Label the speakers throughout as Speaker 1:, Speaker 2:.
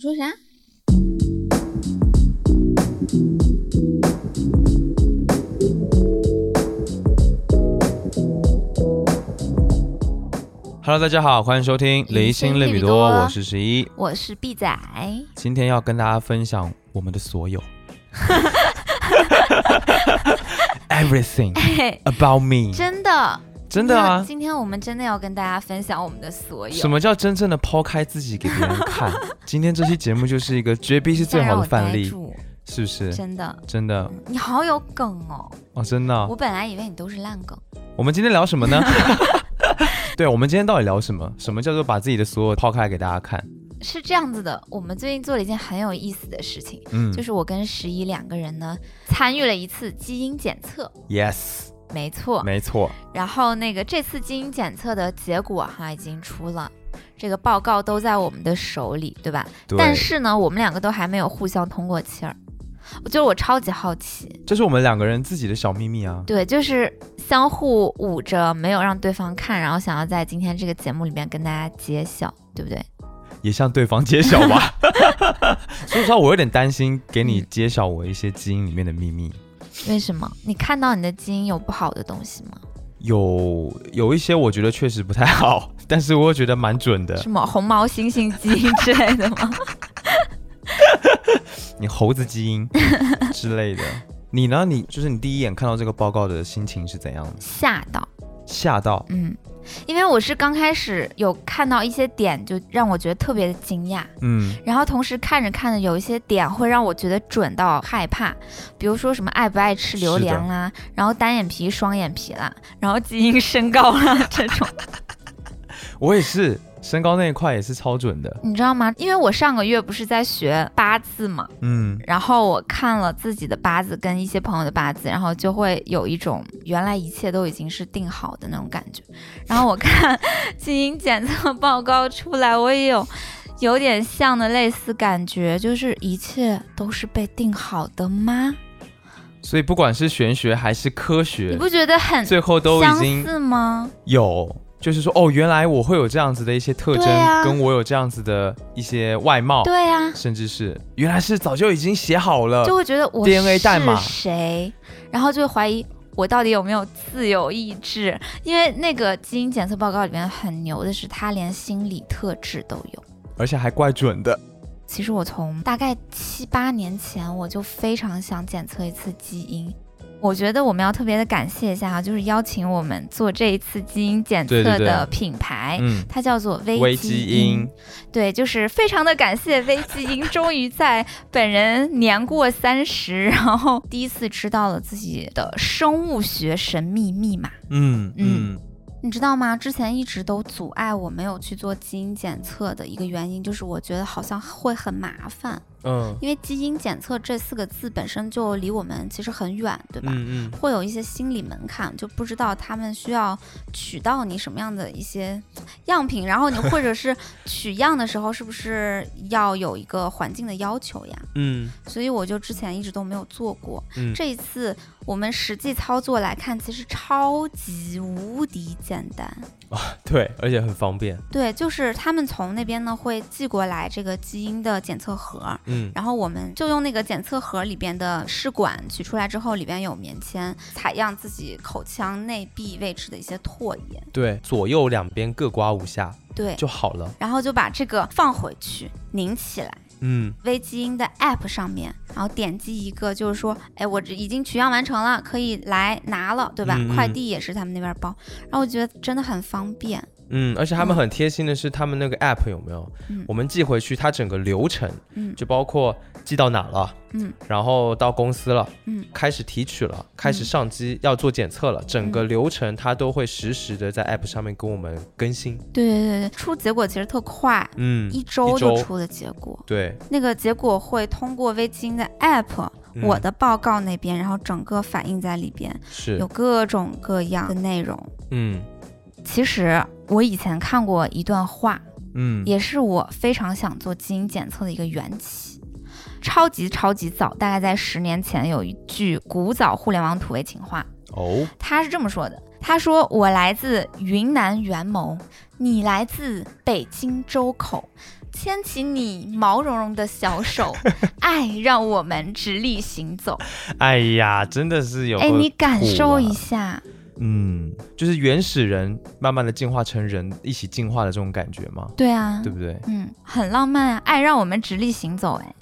Speaker 1: 你说啥？
Speaker 2: Hello，大家好，欢迎收听《
Speaker 1: 离
Speaker 2: 离
Speaker 1: 心
Speaker 2: 心
Speaker 1: 利
Speaker 2: 利
Speaker 1: 比
Speaker 2: 比
Speaker 1: 多
Speaker 2: 多》，我是十一。
Speaker 1: 我是 B 仔，
Speaker 2: 今天要跟大家分享我们的所 有，everything
Speaker 1: 嘿
Speaker 2: about me。
Speaker 1: 真的，
Speaker 2: 真的啊
Speaker 1: 今天今天我们真的要跟大家分享我们的所有。
Speaker 2: 什么叫真正的抛开自己给别人 看？今天这期节目就是一个绝逼是
Speaker 1: 再
Speaker 2: 最
Speaker 1: 让
Speaker 2: 好
Speaker 1: 我
Speaker 2: 的范
Speaker 1: 呆
Speaker 2: 例，
Speaker 1: 住
Speaker 2: 是不是？
Speaker 1: 真的，
Speaker 2: 真的
Speaker 1: 嗯你好有梗哦！
Speaker 2: 哦，真的啊。
Speaker 1: 我本来以为你都是烂梗，
Speaker 2: 我们今天聊什 么呢？ 对，我们今天到底聊什么？什么叫做把自己的所有抛开给大家看？
Speaker 1: 是这样子的。我们最近做了一件很有意思的事情，
Speaker 2: 嗯、
Speaker 1: 就是我跟十一两个人呢参与了一次基因检测。
Speaker 2: y e s
Speaker 1: 没错，
Speaker 2: 没错，
Speaker 1: 然后那个这次基因检测的结果哈已经出了，这个报告都在我们的手里，对吧？
Speaker 2: 对，
Speaker 1: 但是呢，我们两个都还没有互相通过气儿。我就是我超级好奇，
Speaker 2: 这是我们两个人自己的小秘密啊。
Speaker 1: 对，就是相互捂着，没有让对方看，然后想要在今天这个节目里面跟大家揭晓，对不对？
Speaker 2: 也向对方揭晓 吧。说实话，我有点担心给你
Speaker 1: 嗯
Speaker 2: 揭晓我一些基因里面的秘密。
Speaker 1: 为什么？你看到你的基因有不好的东西吗？
Speaker 2: 有有一些我觉得确实不太好， 但是我又觉得蛮准的。
Speaker 1: 什么红毛猩猩基因之类的吗？
Speaker 2: 你猴子基 因之类的，你呢？你就是你第一眼看到这个报告的心情是怎样的？
Speaker 1: 吓到，
Speaker 2: 吓到，
Speaker 1: 嗯，因为我是刚开始有看到一些点，就让我觉得特别的惊讶，
Speaker 2: 嗯，
Speaker 1: 然后同时看着看着，有一些点会让我觉得准到害怕，比如说什么爱不爱吃榴莲啦，然后单眼皮、双眼皮啦，然后基因身高啦这种，
Speaker 2: 我也是，身高那一块也是超准的。
Speaker 1: 你知道吗？因为我上个月不是在学八字嘛，
Speaker 2: 嗯，
Speaker 1: 然后我看了自己的八字跟一些朋友的八字，然后就会有一种原来一切都已经是定好的那种感觉。然后我看基因检测报告出来，我也有有点像的类似感觉，就是一切都是被定好的吗？
Speaker 2: 所以不管是玄学还是科
Speaker 1: 你
Speaker 2: 学，
Speaker 1: 不觉得很
Speaker 2: 最后都已
Speaker 1: 相
Speaker 2: 经
Speaker 1: 似吗？
Speaker 2: 有，就是说哦，原来我会有这样子的一些特征，
Speaker 1: 对啊
Speaker 2: 跟我有这样子的一些外貌，
Speaker 1: 对啊，
Speaker 2: 甚至是原来是早就已经写好了
Speaker 1: 就。会觉得我
Speaker 2: 呃 DNA 代码
Speaker 1: 是谁，然后就会怀疑我到底有没有自由意志，因为那个基因检测报告里面很牛的是，它连心理特质都有。
Speaker 2: 而且还怪准的。
Speaker 1: 其实我从大概七八年前，我就非常想检测一次基因。我觉得我们要特别的感谢一下哈，就是邀请我们做这一次基因检测
Speaker 2: 对对对
Speaker 1: 的品牌，
Speaker 2: 嗯，
Speaker 1: 它叫做
Speaker 2: 微
Speaker 1: 微
Speaker 2: 基
Speaker 1: 哎基因
Speaker 2: 因。，
Speaker 1: 对，就是非常的感谢微基因，终于在本人年过三十，然后第一次知道了自己的生物学神秘密码。
Speaker 2: 嗯
Speaker 1: 嗯
Speaker 2: 嗯，
Speaker 1: 你知道吗？之前一直都阻碍我没有去做基因检测的一个原因，就是我觉得好像会很麻烦，
Speaker 2: 嗯
Speaker 1: 因为基因检测这四个字本身就离我们其实很远，对吧？
Speaker 2: 嗯嗯，
Speaker 1: 会有一些心理门槛，就不知道他们需要取到你什么样的一些样品，然后你或者是取样的时候，是不是要有一个环境的要求呀？
Speaker 2: 嗯
Speaker 1: 所以我就之前一直都没有做过。
Speaker 2: 嗯
Speaker 1: 这一次我们实际操作来看，其实超级无敌简单。
Speaker 2: 对，而且很方便。
Speaker 1: 对，就是他们从那边呢会寄过来这个基因的检测盒，
Speaker 2: 嗯
Speaker 1: 然后我们就用那个检测盒里边的试管取出来之后，里边有棉签，采样自己口腔内壁位置的一些唾液，
Speaker 2: 对，左右两边各刮五下
Speaker 1: 对，
Speaker 2: 就好了。
Speaker 1: 然后就把这个放回去拧起来。
Speaker 2: 嗯，
Speaker 1: 微基因的 App 上面，然后点击一个，就是说，哎，我这已经取样完成了，可以来拿了，对吧？
Speaker 2: 嗯嗯
Speaker 1: 快递也是他们那边包，然后我觉得真的很方便。
Speaker 3: 嗯，而且他们很贴心的是，他们那个 app 有没有？
Speaker 1: 嗯
Speaker 3: 我们寄回去，它整个流程
Speaker 1: 嗯
Speaker 3: 就包括寄到哪了，
Speaker 1: 嗯，
Speaker 3: 然后到公司了，
Speaker 1: 嗯，
Speaker 3: 开始提取了，开始上机要做检测了，整个流程它都会实时的在 app 上面跟我们更新。
Speaker 1: 对对对对，出结果其实特快，
Speaker 3: 嗯，
Speaker 1: 一周
Speaker 3: 一周
Speaker 1: 就出了结果。
Speaker 3: 对，
Speaker 1: 那个结果会通过微基因的 App，、
Speaker 3: 嗯
Speaker 1: 我的报告那边，然后整个反映在里边，
Speaker 3: 是
Speaker 1: 有，各种各样的内容。
Speaker 3: 嗯
Speaker 1: 其实我以前看过一段话，
Speaker 2: 嗯，
Speaker 1: 也是我非常想做基因检测的一个缘起。超级超级早，大概在十年前有一句古早互联网土味情话，
Speaker 2: 哦，
Speaker 1: 他是这么说的：“他说我来自云南元谋，你来自北京周口，牵起你毛茸茸的小手，爱让我们直立行走。
Speaker 4: 哎呀，真的是有。
Speaker 1: 哎，你感
Speaker 4: 啊
Speaker 1: 受一，下，
Speaker 4: 嗯，就是原始人慢慢的进化成人，一起进化的这种感觉嘛，
Speaker 1: 对啊，
Speaker 4: 对不对？
Speaker 1: 嗯，很浪漫啊，爱让我们直立行走、哎，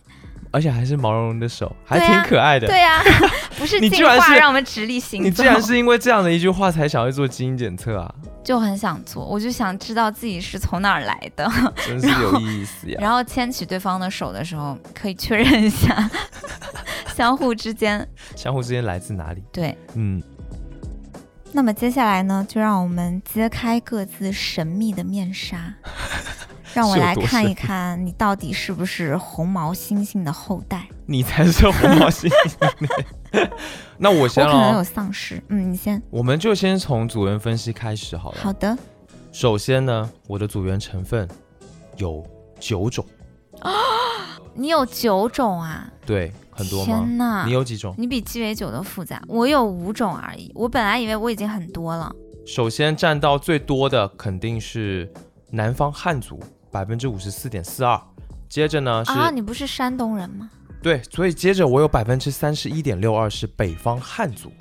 Speaker 4: 而且还是毛茸茸的手，还
Speaker 1: 对
Speaker 4: 挺
Speaker 1: 啊
Speaker 4: 可爱的。
Speaker 1: 对啊， 不是
Speaker 4: 你居
Speaker 1: 进
Speaker 4: 然
Speaker 1: 化
Speaker 4: 是
Speaker 1: 让我们直立行走，
Speaker 4: 你竟然是因为这样的一句话才想要做基因检测 啊，
Speaker 1: 就很想做，我就想知道自己是从哪儿来的，
Speaker 4: 真是有意思呀！
Speaker 1: 然后牵起对方的手的时候，可以确认一下， 相互之间
Speaker 4: 相互之间来自哪里？
Speaker 1: 对。
Speaker 4: 嗯，
Speaker 1: 那么接下来呢，就让我们揭开各自神秘的 面纱，让我来看一看你到底是不是红毛猩猩的后代。
Speaker 4: 你才是红毛猩猩。 那我
Speaker 1: 我
Speaker 4: 先
Speaker 2: 啊
Speaker 1: 可能
Speaker 4: 了
Speaker 1: 有，丧尸。嗯，你先。
Speaker 4: 我们就先从组员分析开始好了。
Speaker 1: 好的，
Speaker 2: 首先呢，我的组员成分有九种，
Speaker 1: 你有九种啊？
Speaker 2: 对，很多吗？
Speaker 1: 天呐，
Speaker 2: 你有几种？
Speaker 1: 你比鸡尾酒都复杂。我有五种而已。我本来以为我已经很多了。
Speaker 2: 首先占到最多的肯定是南方汉族，百分之五十四点四二。接着呢是、
Speaker 1: 啊，你不是山东人吗？
Speaker 2: 对，所以接着我有百分之三十一点六二是北方汉族。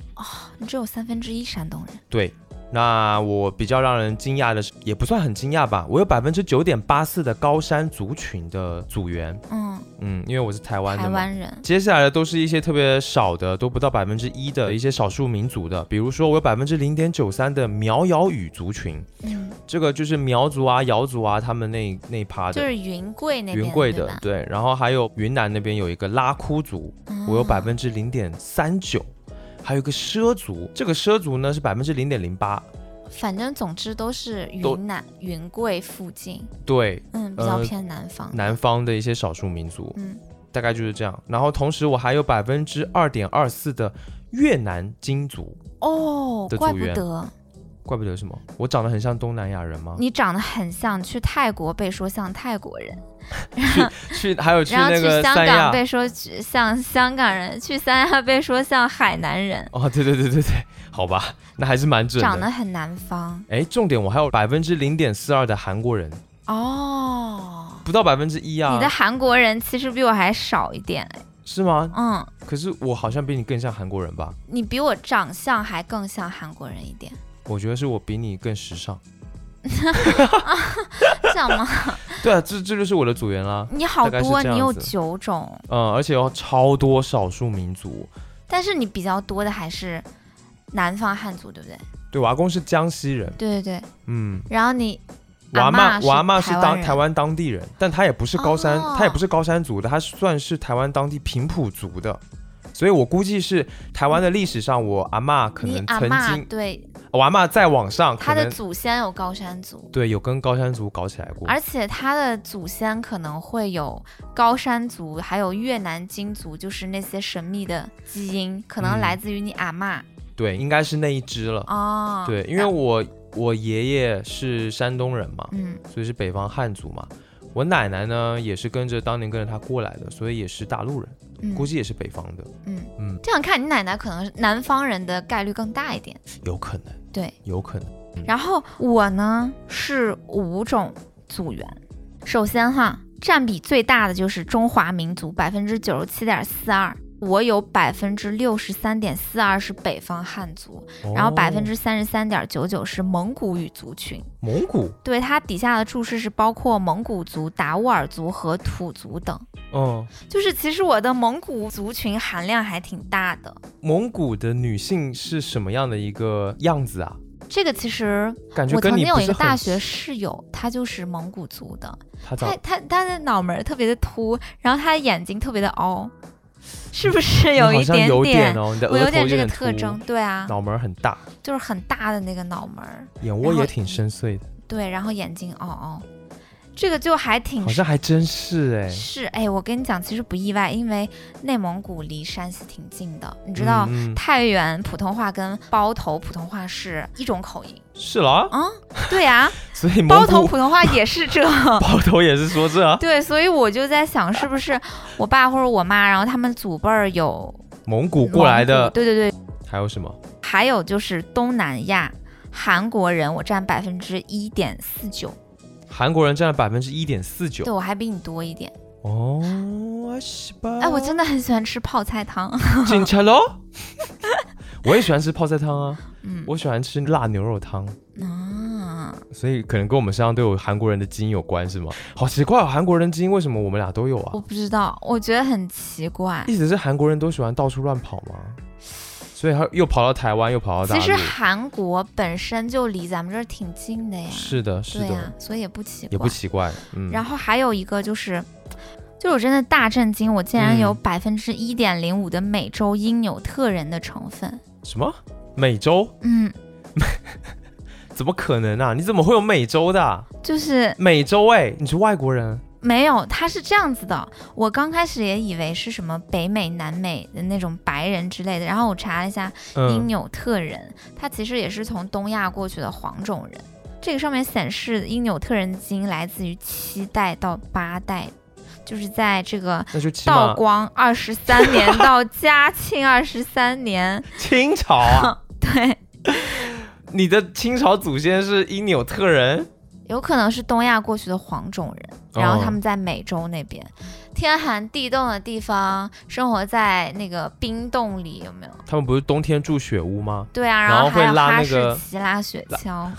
Speaker 1: 你只有三分之一山东人。
Speaker 2: 对，那我比较让人惊讶的是，也不算很惊讶吧，我有百分之九点八四的高山族群的组员，
Speaker 1: 嗯，
Speaker 2: 嗯，因为我是台湾的
Speaker 1: 台
Speaker 2: 嘛。
Speaker 1: 湾人。
Speaker 2: 接下来的都是一些特别少的，都不到百分之一的一些少数民族的，比如说我有百分之零点九三的苗瑶语族群，
Speaker 1: 嗯，
Speaker 2: 这个就是苗族啊、瑶族啊他们那那一趴
Speaker 1: 就
Speaker 2: 的。
Speaker 1: 是云贵那边。
Speaker 2: 云贵
Speaker 1: 对
Speaker 2: 的
Speaker 1: 吧，
Speaker 2: 对，然后还有云南那边有一个拉祜族，我有
Speaker 1: 嗯
Speaker 2: 百分之零点三九，还有一个畲族，这个畲族呢是百分之零点零八，
Speaker 1: 嗯反正总之都是
Speaker 2: 都
Speaker 1: 云南云贵附近，
Speaker 2: 对，
Speaker 1: 嗯，比较
Speaker 2: 呃
Speaker 1: 偏南方。
Speaker 2: 南方的一些少数民族，
Speaker 1: 嗯，
Speaker 2: 大概就是这样。然后同时我还有百分之二点二四的越南金族，
Speaker 1: 哦
Speaker 2: 的，组
Speaker 1: 怪不
Speaker 2: 员
Speaker 1: 得
Speaker 2: 怪不得什么，我长得很像东南亚人吗？
Speaker 1: 你长得很像，去泰国被说像泰国人，
Speaker 2: 去还有去
Speaker 1: 然后
Speaker 2: 那
Speaker 1: 去
Speaker 2: 个
Speaker 1: 香
Speaker 2: 三
Speaker 1: 港
Speaker 2: 亚。
Speaker 1: 被说去像香港人，去三亚被说像海南人，
Speaker 2: 哦，对对对对对，好吧，那还是蛮准
Speaker 1: 长
Speaker 2: 的。
Speaker 1: 得很南方
Speaker 2: 哎，重点我还有百分之零点四二的韩国人，
Speaker 1: 哦。
Speaker 2: 不到百分之一啊
Speaker 1: 你的，韩国人其实比我还少一点，
Speaker 2: 是吗？
Speaker 1: 嗯，
Speaker 2: 可是我好像比你更像韩国人吧？
Speaker 1: 你比我长相还更像韩国人一点，
Speaker 2: 我觉得是我比你更时尚。
Speaker 1: 这样吗？
Speaker 2: 对啊，这这就是我的组员啦。
Speaker 1: 你好
Speaker 2: 大概是
Speaker 1: 多，
Speaker 2: 这样
Speaker 1: 你有
Speaker 2: 子
Speaker 1: 九种，
Speaker 2: 嗯，而且有超多少数民族。
Speaker 1: 但是你比较多的还是南方汉族，对不对？
Speaker 2: 对，我阿公是江西人，
Speaker 1: 对对对。
Speaker 2: 嗯，
Speaker 1: 然后你
Speaker 2: 我阿
Speaker 1: 嬷
Speaker 2: 嬷我阿嬷
Speaker 1: 是
Speaker 2: 是
Speaker 1: 台湾
Speaker 2: 当
Speaker 1: 人
Speaker 2: 台湾当地人，但她也不是高山，
Speaker 1: 哦
Speaker 2: 她也不是高山族的，她算是台湾当地平埔族的。所以我估计是台湾的历史上，我阿嬷可
Speaker 1: 你
Speaker 2: 能
Speaker 1: 阿
Speaker 2: 曾
Speaker 1: 嬷
Speaker 2: 经，
Speaker 1: 对
Speaker 2: 我阿嬷再往上，可
Speaker 1: 他的
Speaker 2: 能
Speaker 1: 祖先有高山族，
Speaker 2: 对有跟高山族搞起来过。
Speaker 1: 而且他的祖先可能会有高山族，还有越南金族，就是那些神秘的基因，可能
Speaker 2: 嗯
Speaker 1: 来自于你阿嬷
Speaker 2: 对，应该是那一支了。
Speaker 1: 哦。
Speaker 2: 对，因为
Speaker 1: 啊
Speaker 2: 我我爷爷是山东人嘛，
Speaker 1: 嗯
Speaker 2: 所以是北方汉族嘛。我奶奶呢，也是跟着当年跟着他过来的，所以也是大陆人，
Speaker 1: 嗯，
Speaker 2: 估计也是北方的，
Speaker 1: 嗯
Speaker 2: 嗯
Speaker 1: 这样看你奶奶可能是南方人的概率更大一点。
Speaker 2: 有可能，
Speaker 1: 对，
Speaker 2: 有可能。
Speaker 1: 然后我呢是五种组员，首先哈，占比最大的就是中华民族，百分之九十七点四二。我有百分之六十三点四二是北方汉族，然后
Speaker 2: 哦
Speaker 1: 百分之三十三点九九是蒙古语族群。
Speaker 2: 蒙古，
Speaker 1: 对它底下的注释是包括蒙古族、达斡尔族和土族等。
Speaker 2: 嗯，
Speaker 1: 就是其实我的蒙古族群含量还挺大的，
Speaker 2: 蒙古的女性是什么样的一个样子啊？
Speaker 1: 这个其实
Speaker 2: 感觉
Speaker 1: 我
Speaker 2: 跟
Speaker 1: 曾
Speaker 2: 你
Speaker 1: 经有
Speaker 2: 不
Speaker 1: 一
Speaker 2: 是
Speaker 1: 个
Speaker 2: 很
Speaker 1: 大学室友，他就是蒙古族的，
Speaker 2: 他
Speaker 1: 他
Speaker 2: 长
Speaker 1: 他他的脑门儿特别的凸，然后他的眼睛特别的凹，是不是有
Speaker 2: 你好
Speaker 1: 一
Speaker 2: 像
Speaker 1: 点
Speaker 2: 有
Speaker 1: 点？
Speaker 2: 哦，你的
Speaker 1: 我
Speaker 2: 额
Speaker 1: 有
Speaker 2: 头
Speaker 1: 点这个
Speaker 2: 凸
Speaker 1: 特征，，对啊，
Speaker 2: 脑门很大，
Speaker 1: 就是很大的那个脑门儿，
Speaker 2: 眼
Speaker 1: 然
Speaker 2: 窝
Speaker 1: 后
Speaker 2: 也挺深邃的，
Speaker 1: 对，然后眼睛凹凹，这个就还挺
Speaker 2: 好像还真是哎。
Speaker 1: 嗯是哎，我跟你讲，其实不意外，因为内蒙古离山西挺近的，你知道。
Speaker 2: 嗯嗯
Speaker 1: 太原普通话跟包头普通话是一种口音，
Speaker 2: 是了啊，
Speaker 1: 嗯，对啊，
Speaker 2: 所以蒙
Speaker 1: 包头
Speaker 2: 古
Speaker 1: 普通话也是 这，
Speaker 2: 包头也是说这啊，
Speaker 1: 对，所以我就在想，是不是我爸或者我妈，然后他们祖辈儿有
Speaker 2: 蒙古过来
Speaker 1: 蒙
Speaker 2: 的
Speaker 1: 古，对对对，
Speaker 2: 还有什么？
Speaker 1: 还有就是东南亚韩国人，我占百分之一点四九，
Speaker 2: 韩国人占了百分之一点四九
Speaker 1: 对。我还比你多一点。
Speaker 2: 哦，我西吧。
Speaker 1: 哎，我真的很喜欢吃泡菜汤。
Speaker 2: 警察喽。我也喜欢吃泡菜汤啊，
Speaker 1: 嗯，
Speaker 2: 我喜欢吃辣牛肉汤，
Speaker 1: 啊，
Speaker 2: 所以可能跟我们身上都有韩国人的基因有关，是吗？好奇怪哦，韩国人基因为什么我们俩都有啊
Speaker 1: 我？不知道，我觉得很奇怪。
Speaker 2: 一直是韩国人都喜欢到处乱跑吗？所以他又跑到台湾，又跑到大
Speaker 1: 其
Speaker 2: 陆。
Speaker 1: 实韩国本身就离咱们这儿挺近的呀，
Speaker 2: 是的，是
Speaker 1: 对
Speaker 2: 的，
Speaker 1: 呀、所以也不奇怪。
Speaker 2: 也不奇怪。嗯，
Speaker 1: 然后还有一个就是，就是我真的大震惊，我竟然有
Speaker 2: 嗯
Speaker 1: 百分之一点零五的美洲因纽特人的成分。
Speaker 2: 什么美洲？
Speaker 1: 嗯，
Speaker 2: 怎么可能啊？你怎么会有美洲的啊、
Speaker 1: 就是
Speaker 2: 美洲哎、你是外国人？
Speaker 1: 没有，它是这样子的。我刚开始也以为是什么北美、南美的那种白人之类的，然后我查了一下，因
Speaker 2: 嗯，
Speaker 1: 纽特人，他其实也是从东亚过去的黄种人。这个上面显示，因纽特人基因来自于七代到八代，就是在这个
Speaker 2: 那就起
Speaker 1: 道
Speaker 2: 码
Speaker 1: 光二十三 年到嘉庆二十三年。
Speaker 2: 清朝啊，
Speaker 1: 对，
Speaker 2: 你的清朝祖先是因纽特人？
Speaker 1: 有可能是东亚过去的黄种人，然后
Speaker 2: 哦
Speaker 1: 他们在美洲那边，天寒地冻的地方，生活在那个冰洞里，有没有？
Speaker 2: 他们不是冬天住雪屋吗？
Speaker 1: 对啊，
Speaker 2: 然
Speaker 1: 后
Speaker 2: 后
Speaker 1: 还
Speaker 2: 会
Speaker 1: 有
Speaker 2: 拉
Speaker 1: 哈
Speaker 2: 那
Speaker 1: 士
Speaker 2: 个
Speaker 1: 奇拉雪橇，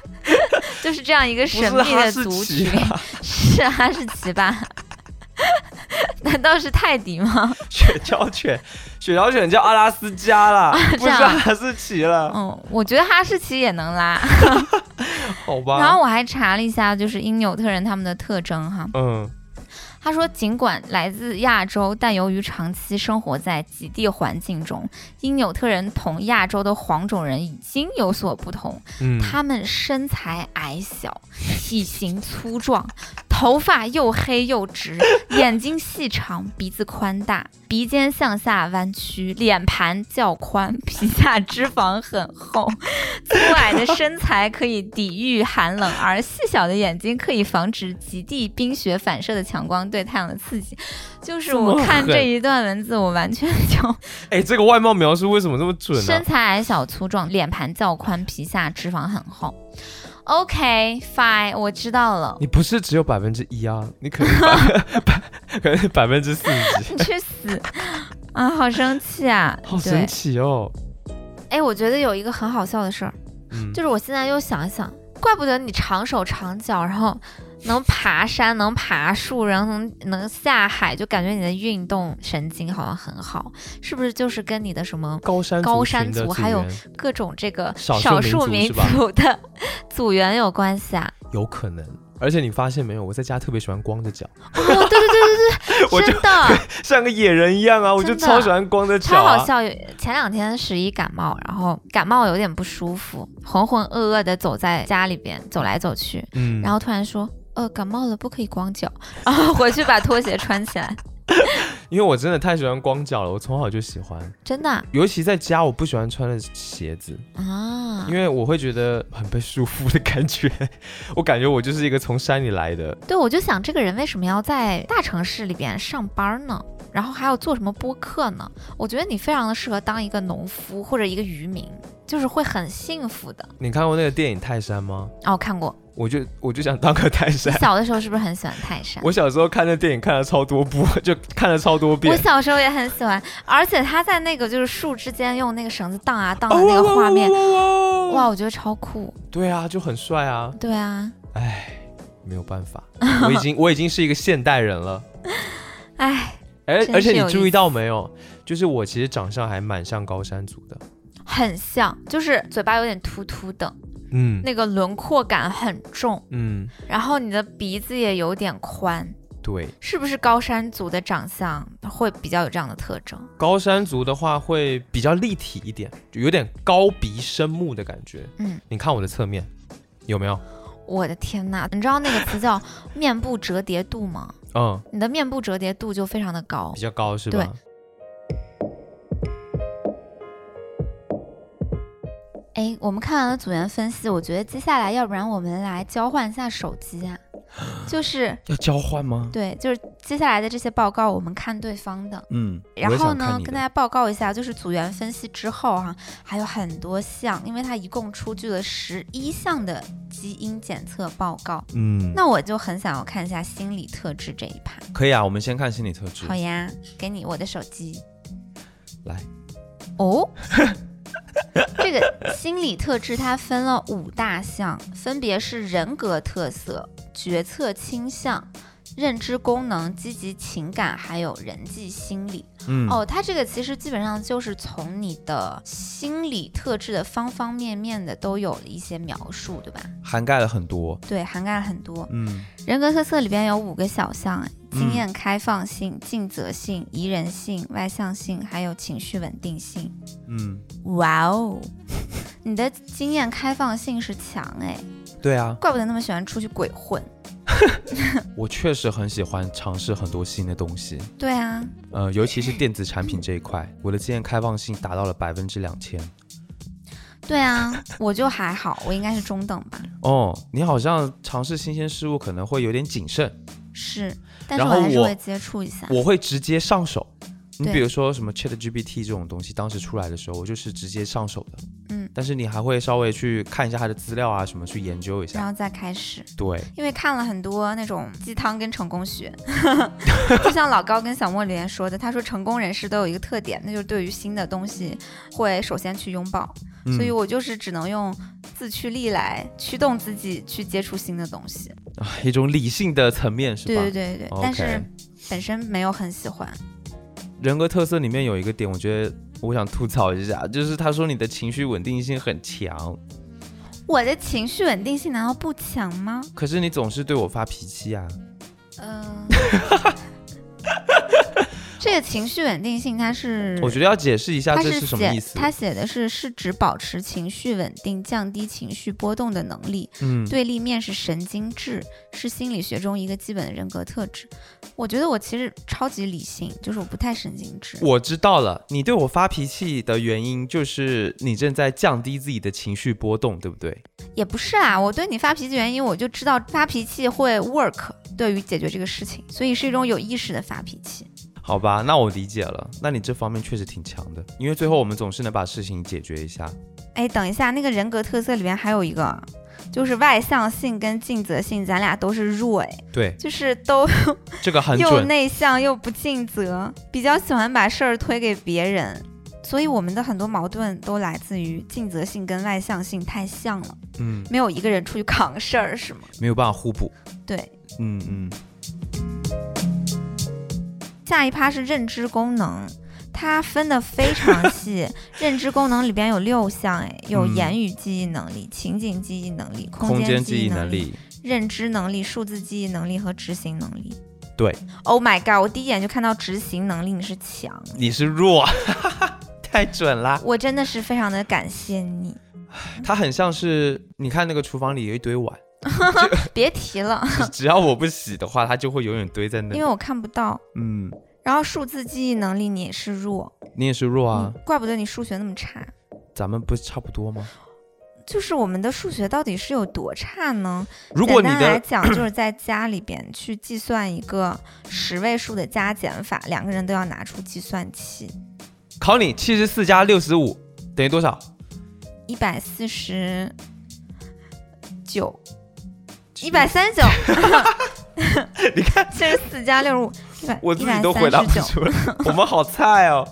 Speaker 1: 就是这样一个
Speaker 2: 不
Speaker 1: 神
Speaker 2: 是
Speaker 1: 秘的
Speaker 2: 哈士
Speaker 1: 族群
Speaker 2: 奇、，啊，
Speaker 1: 是哈士奇吧？ 难道是泰迪吗？
Speaker 2: 雪橇犬， 雪橇犬叫阿拉斯加啦，不
Speaker 1: 这
Speaker 2: 是
Speaker 1: 样啊
Speaker 2: 哈士奇啦，
Speaker 1: 嗯，我觉得哈士奇也能拉。
Speaker 2: 好吧。
Speaker 1: 然后我还查了一下，就是因纽特人他们的特征哈。
Speaker 2: 嗯，
Speaker 1: 他说，尽管来自亚洲，但由于长期生活在极地环境中，因纽特人同亚洲的黄种人已经有所不同。
Speaker 2: 嗯
Speaker 1: 他们身材矮小， 体型粗壮，头发又黑又直， 眼睛细长，鼻子宽大，鼻尖向下弯曲，脸盘较宽， 皮下脂肪很厚。粗矮的身材可以抵御寒冷，而细小的眼睛可以防止极地冰雪反射的强光对太阳的刺激。就是
Speaker 2: 这么
Speaker 1: 我看
Speaker 2: 狠
Speaker 1: 这一段文字，我完全就
Speaker 2: 哎、这个外貌描述为什么这么准啊呢、
Speaker 1: 身材矮小粗壮，脸盘较宽，皮下脂肪很厚。OK fine，我知道了。
Speaker 2: 你不是只有百分之一啊，你 可能百百可能百分之四十几，
Speaker 1: 你 去死啊！好生气啊！
Speaker 2: 好神
Speaker 1: 对，
Speaker 2: 奇哦。
Speaker 1: 哎，我觉得有一个很好笑的事儿，
Speaker 2: 嗯，
Speaker 1: 就是我现在又想一想，怪不得你长手长脚，然后能爬山，能爬树，然后能能下海，就感觉你的运动神经好像很好，是不是？就是跟你的什么
Speaker 2: 高山
Speaker 1: 高
Speaker 2: 族
Speaker 1: 山
Speaker 2: 群的
Speaker 1: 族
Speaker 2: 组
Speaker 1: 还有
Speaker 2: 员
Speaker 1: 各种这个
Speaker 2: 少数
Speaker 1: 少
Speaker 2: 民
Speaker 1: 数
Speaker 2: 族
Speaker 1: 民
Speaker 2: 是吧
Speaker 1: 族的组员有关 系啊？
Speaker 2: 有可能。而且你发现没有，我在家特别喜欢光着 脚，
Speaker 1: 哦，对对对 对
Speaker 2: 我
Speaker 1: 对，
Speaker 2: 就
Speaker 1: 真的
Speaker 2: 像个野人一样啊，我就
Speaker 1: 真的
Speaker 2: 超喜欢光着脚、
Speaker 1: 超
Speaker 2: 啊。
Speaker 1: 好笑。有前两天十一感冒，然后感冒有点不舒服，浑浑噩噩的走在家里边走来走去，
Speaker 2: 嗯，
Speaker 1: 然后突然说。呃，感冒了不可以光脚，然后回去把拖鞋穿 起来，
Speaker 2: 因为我真的太喜欢光脚了，我从小就喜欢，
Speaker 1: 真的啊
Speaker 2: 尤其在家我不喜欢穿的鞋子，
Speaker 1: 啊
Speaker 2: 因为我会觉得很被束缚的感觉。我感觉我就是一个从山里来的，
Speaker 1: 对，我就想这个人为什么要在大城市里边上班呢？然后还要做什么播客呢？我觉得你非常的适合当一个农夫或者一个渔民，就是会很幸福的。
Speaker 2: 你看过那个电影《泰山》吗？
Speaker 1: 哦，看过，
Speaker 2: 我就我就想当个泰
Speaker 1: 你
Speaker 2: 山。
Speaker 1: 小的时候是不是很喜欢泰山？
Speaker 2: 我小时候看那电影看了超多部，就看了超多
Speaker 1: 我
Speaker 2: 遍。
Speaker 1: 小时候也很喜欢，而且他在那个就是树之间用那个绳子荡啊荡的
Speaker 2: 哦
Speaker 1: 那个画面，哇，我觉得超酷。
Speaker 2: 对啊，就很帅啊。
Speaker 1: 对啊，
Speaker 2: 唉，没有办法，我已经我已经是一个现代人了。
Speaker 1: 哎，
Speaker 2: 而
Speaker 1: 真是
Speaker 2: 而且
Speaker 1: 有
Speaker 2: 你注
Speaker 1: 意
Speaker 2: 意到没有，就是我其实长相还蛮像高山族的。
Speaker 1: 很像，就是嘴巴有点突突的，
Speaker 2: 嗯
Speaker 1: 那个轮廓感很重，
Speaker 2: 嗯，
Speaker 1: 然后你的鼻子也有点宽，
Speaker 2: 对，
Speaker 1: 是不是高山族的长相会比较有这样的特征？
Speaker 2: 高山族的话会比较立体一点，就有点高鼻深目的感觉。
Speaker 1: 嗯，
Speaker 2: 你看我的侧面有没有？
Speaker 1: 我的天呐，你知道那个词叫面部折叠度吗？
Speaker 2: 嗯，
Speaker 1: 你的面部折叠度就非常的高
Speaker 2: 比。较高是吧？哎，
Speaker 1: 哎，我们看完了组员分析，我觉得接下来要不然我们来交换一下手机啊，就是
Speaker 2: 要交换吗？
Speaker 1: 对，就是接下来的这些报告我们看对方的。
Speaker 2: 嗯，
Speaker 1: 然
Speaker 2: 我也
Speaker 1: 后
Speaker 2: 想
Speaker 1: 呢
Speaker 2: 看，你
Speaker 1: 跟
Speaker 2: 的
Speaker 1: 大家报告一下，就是组员分析之后哈、还有很多项，因为它一共出具了十一项的基因检测报告。
Speaker 5: 嗯，
Speaker 1: 那我就很想要看一下心理特质这一趴。
Speaker 2: 可以啊，我们先看心理特质
Speaker 1: 好。呀，给你我的手机。
Speaker 2: 来，
Speaker 1: 哦， 这个心理特质它分了五大项，分别是人格特色、决策倾向、认知功能、积极情感，还有人际心理。
Speaker 2: 嗯，
Speaker 1: 哦，它这个其实基本上就是从你的心理特质的方方面面的都有了一些描述，对吧？
Speaker 2: 涵盖了很多。
Speaker 1: 对，涵盖了很多。
Speaker 2: 嗯，
Speaker 1: 人格特色里边有五个小项，哎，经
Speaker 2: 嗯
Speaker 1: 验开放性、尽责性、宜人性、外向性，还有情绪稳定性。
Speaker 2: 嗯，
Speaker 1: 哇哦， 你的经验开放性是强哎，
Speaker 2: 对啊，
Speaker 1: 怪不得那么喜欢出去鬼混。
Speaker 2: 我确实很喜欢尝试很多新的东西，
Speaker 1: 对啊，
Speaker 2: 呃，尤其是电子产品这一 块，我的经验开放性达到了百分之两千。
Speaker 1: 对啊，我就还好，我应该是中等吧。
Speaker 2: 哦，你好像尝试新鲜事物可能会有点谨慎，
Speaker 1: 是，但是
Speaker 2: 然后
Speaker 1: 我还是
Speaker 2: 我
Speaker 1: 会接触一下。
Speaker 2: 我会直接上手。你
Speaker 1: 对
Speaker 2: 比如说什么 Chat GPT 这种东西，当时出来的时候，我就是直接上手的。
Speaker 1: 嗯，
Speaker 2: 但是你还会稍微去看一下它的资料啊，什么去研究一
Speaker 1: 然
Speaker 2: 下。
Speaker 1: 后再开始，
Speaker 2: 对，
Speaker 1: 因为看了很多那种鸡汤跟成功学， 就像老高跟小莫留言说的，他说成功人士都有一个特点，那就是对于新的东西会首先去拥抱，所以
Speaker 2: 嗯
Speaker 1: 我就是只能用自驱力来驱动自己去接触新的东西。
Speaker 2: 啊一种理性的层面是吧？
Speaker 1: 对对对对对，但是
Speaker 2: OK
Speaker 1: 本身没有很喜欢。
Speaker 2: 人格特色里面有一个点，我觉得我想吐槽一下，就是他说你的情绪稳定性很强，
Speaker 1: 我的情绪稳定性难道不强吗？
Speaker 2: 可是你总是对我发脾气啊。
Speaker 1: 嗯、这个情绪稳定性它是，
Speaker 2: 我觉得要解释一下
Speaker 1: 他
Speaker 2: 这
Speaker 1: 是
Speaker 2: 什么
Speaker 1: 写
Speaker 2: 意思。
Speaker 1: 他写的是是指保持情绪稳定、降低情绪波动的能力。
Speaker 2: 嗯，
Speaker 1: 对立面是神经质，是心理学中一个基本的人格特质。我觉得我其实超级理性，就是我不太神经质。
Speaker 2: 我知道了，你对我发脾气的原因就是你正在降低自己的情绪波动，对不对？
Speaker 1: 也不是啦，我对你发脾气原因，我就知道发脾气会 work 对于解决这个事情，所以是一种有意识的发脾气。
Speaker 2: 好吧，那我理解了。那你这方面确实挺强的，因为最后我们总是能把事情解决一下。
Speaker 1: 哎，等一下，那个人格特色里面还有一个，就是外向性跟尽责性，咱俩都是弱哎，
Speaker 2: 对，
Speaker 1: 就是都
Speaker 2: 这个很
Speaker 1: 又
Speaker 2: 准。
Speaker 1: 内向又不尽责，比较喜欢把事儿推给别人，所以我们的很多矛盾都来自于尽责性跟外向性太像了，
Speaker 2: 嗯，
Speaker 1: 没有一个人出去扛事儿，是吗？
Speaker 2: 没有办法互补。
Speaker 1: 对，
Speaker 2: 嗯嗯，
Speaker 1: 下一趴是认知功能，它分的非常 细。认知功能里边有六项，哎，有
Speaker 2: 嗯
Speaker 1: 言语记忆能力、情景记忆能力、
Speaker 2: 空
Speaker 1: 间
Speaker 2: 间记忆
Speaker 1: 忆
Speaker 2: 能
Speaker 1: 能、
Speaker 2: 力，
Speaker 1: 认知能力、数字记忆能力和执行能力。
Speaker 2: 对
Speaker 1: ，Oh my god！我第一眼就看到执行能力，你是强，
Speaker 2: 你是弱， 太准啦。
Speaker 1: 我真的是非常的感谢你。
Speaker 2: 它很像是你看那个厨房里有一堆碗，
Speaker 1: 别提了，
Speaker 2: 只只要我不洗的话，它就会永远堆在那
Speaker 1: 因
Speaker 2: 里。
Speaker 1: 为我看不到。
Speaker 2: 嗯，
Speaker 1: 然后数字记忆能力你也是弱，
Speaker 2: 你也是弱啊，
Speaker 1: 你怪不得你数学那么差。
Speaker 2: 咱们不是差不多吗？
Speaker 1: 就是我们的数学到底是有多差呢？
Speaker 2: 如果你
Speaker 1: 简单来
Speaker 2: 的
Speaker 1: 讲，就是在家里边去计算一个十位数的加减法，两个人都要拿出计算器，
Speaker 2: 考你七十四加六十五等于多少？
Speaker 1: 一百四十九，一百三十九，
Speaker 2: 你看，
Speaker 1: 七十四加六十五，一百
Speaker 2: 我自己都回答不出 来，我们好菜哦。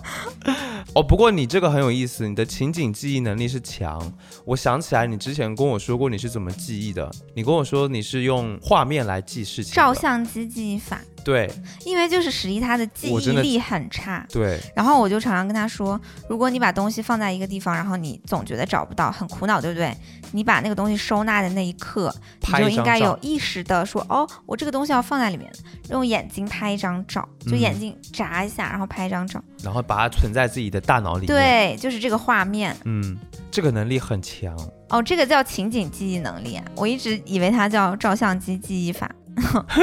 Speaker 2: 哦，不过你这个很有意思，你的情景记忆能力是强。我想起来，你之前跟我说过你是怎么记忆的，你跟我说你是用画面来记事情的。
Speaker 1: 照相机记忆法，
Speaker 2: 对
Speaker 1: 因为就是史一他的记
Speaker 2: 我
Speaker 1: 忆
Speaker 2: 真的
Speaker 1: 力很差，
Speaker 2: 对，
Speaker 1: 然后我就常常跟他说，如果你把东西放在一个地方，然后你总觉得找不到，很苦恼，对不对？你把那个东西收纳的那一刻，你
Speaker 2: 拍
Speaker 1: 就
Speaker 2: 一
Speaker 1: 应
Speaker 2: 张
Speaker 1: 该
Speaker 2: 照
Speaker 1: 有意识的说，哦，我这个东西要放在里面，用眼睛拍一张照，就
Speaker 2: 嗯
Speaker 1: 眼睛眨一下，然后拍一张照。
Speaker 2: 然后把它存在自己的大脑里面。，
Speaker 1: 对，就是这个画面。
Speaker 2: 嗯，这个能力很强。
Speaker 1: 哦，这个叫情景记忆能力啊，我一直以为它叫照相机记忆法。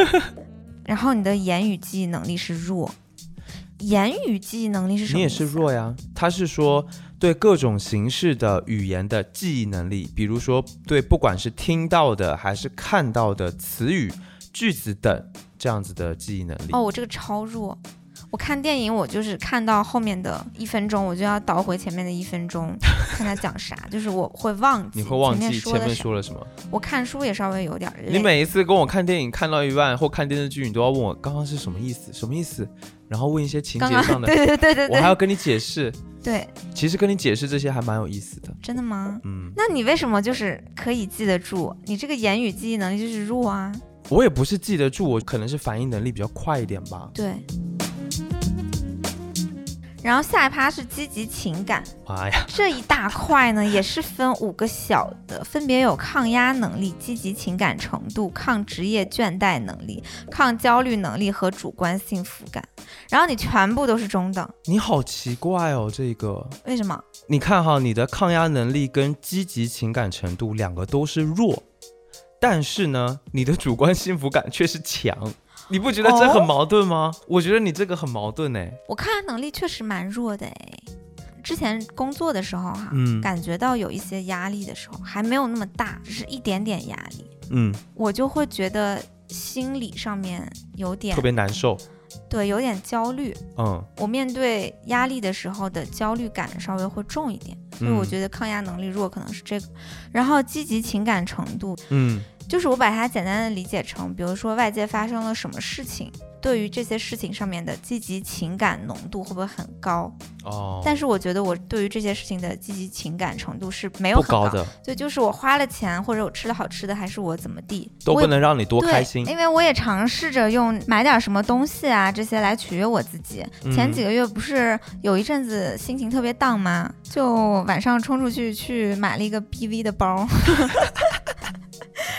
Speaker 1: 然后你的言语记忆能力是弱，言语记忆能力是什么
Speaker 2: 你
Speaker 1: 意
Speaker 2: 也
Speaker 1: 思
Speaker 2: 是
Speaker 1: 啊？
Speaker 2: 弱呀。他是说对各种形式的语言的记忆能力，比如说对不管是听到的还是看到的词语句子等这样子的记忆能力。
Speaker 1: 哦，我这个超弱。我看电影，我就是看到后面的一分钟，我就要倒回前面的一 分钟，看他讲啥，就是我会忘记
Speaker 2: 你会忘记
Speaker 1: 前
Speaker 2: 前
Speaker 1: 面
Speaker 2: 面
Speaker 1: 的啥。
Speaker 2: 说了什么？
Speaker 1: 我看书也稍微有点累。
Speaker 2: 你每一次跟我看电影看到一半或看电视剧，你都要问我刚刚是什么意思，什么意思，然后问一些情
Speaker 1: 刚
Speaker 2: 节
Speaker 1: 刚
Speaker 2: 上的，
Speaker 1: 对对对对
Speaker 2: 我还
Speaker 1: 对
Speaker 2: 要跟你解释。
Speaker 1: 对，
Speaker 2: 其实跟你解释这些还蛮有意思的。
Speaker 1: 真的吗？
Speaker 2: 嗯，
Speaker 1: 那你为什么就是可以记得住？你这个言语记忆能力就是弱啊。
Speaker 2: 我也不是记得住，我可能是反应能力比较快一点吧。
Speaker 1: 对。然后下一趴是积极情感，
Speaker 2: 哎呀，
Speaker 1: 这一大块呢，也是分五个小的，分别有抗压能力、积极情感程度、抗职业倦怠能力、抗焦虑能力和主观幸福感。然后你全部都是中等，
Speaker 2: 你好奇怪哦，这个。
Speaker 1: 为什么？
Speaker 2: 你看哈，你的抗压能力跟积极情感程度两个都是弱，但是呢，你的主观幸福感却是强。 你不觉得这很矛盾吗？我觉得你这个很矛盾哎。
Speaker 1: 我抗压能力确实蛮弱的哎。之前工作的时候哈、
Speaker 2: 嗯
Speaker 1: 感觉到有一些压力的时候，还没有那么大，只是一点点压力，
Speaker 2: 嗯，
Speaker 1: 我就会觉得心理上面有点
Speaker 2: 特别难受。
Speaker 1: 对，有点焦虑。
Speaker 2: 嗯，
Speaker 1: 我面对压力的时候的焦虑感稍微会重一点，所以我
Speaker 2: 嗯
Speaker 1: 觉得抗压能力弱可能是这个。然后积极情感程度，
Speaker 2: 嗯
Speaker 1: 就是我把它简单的理解成，比如说外界发生了什么事情，对于这些事情上面的积极情感浓度会不会很高？
Speaker 2: 哦，
Speaker 1: 但是我觉得我对于这些事情的积极情感程度是没有
Speaker 2: 不
Speaker 1: 很
Speaker 2: 高
Speaker 1: 高
Speaker 2: 的
Speaker 1: 对，就是我花了钱或者我吃了好吃的，还是我怎么地，
Speaker 2: 都
Speaker 1: 我
Speaker 2: 不
Speaker 1: 也
Speaker 2: 能让你多
Speaker 1: 对，哎
Speaker 2: 开心。
Speaker 1: 因为我也尝试着用买点什么东西啊这些来取悦我自己。
Speaker 2: 嗯
Speaker 1: 前几个月不是有一阵子心情特别荡吗？就晚上冲出去去买了一个 BV 的包。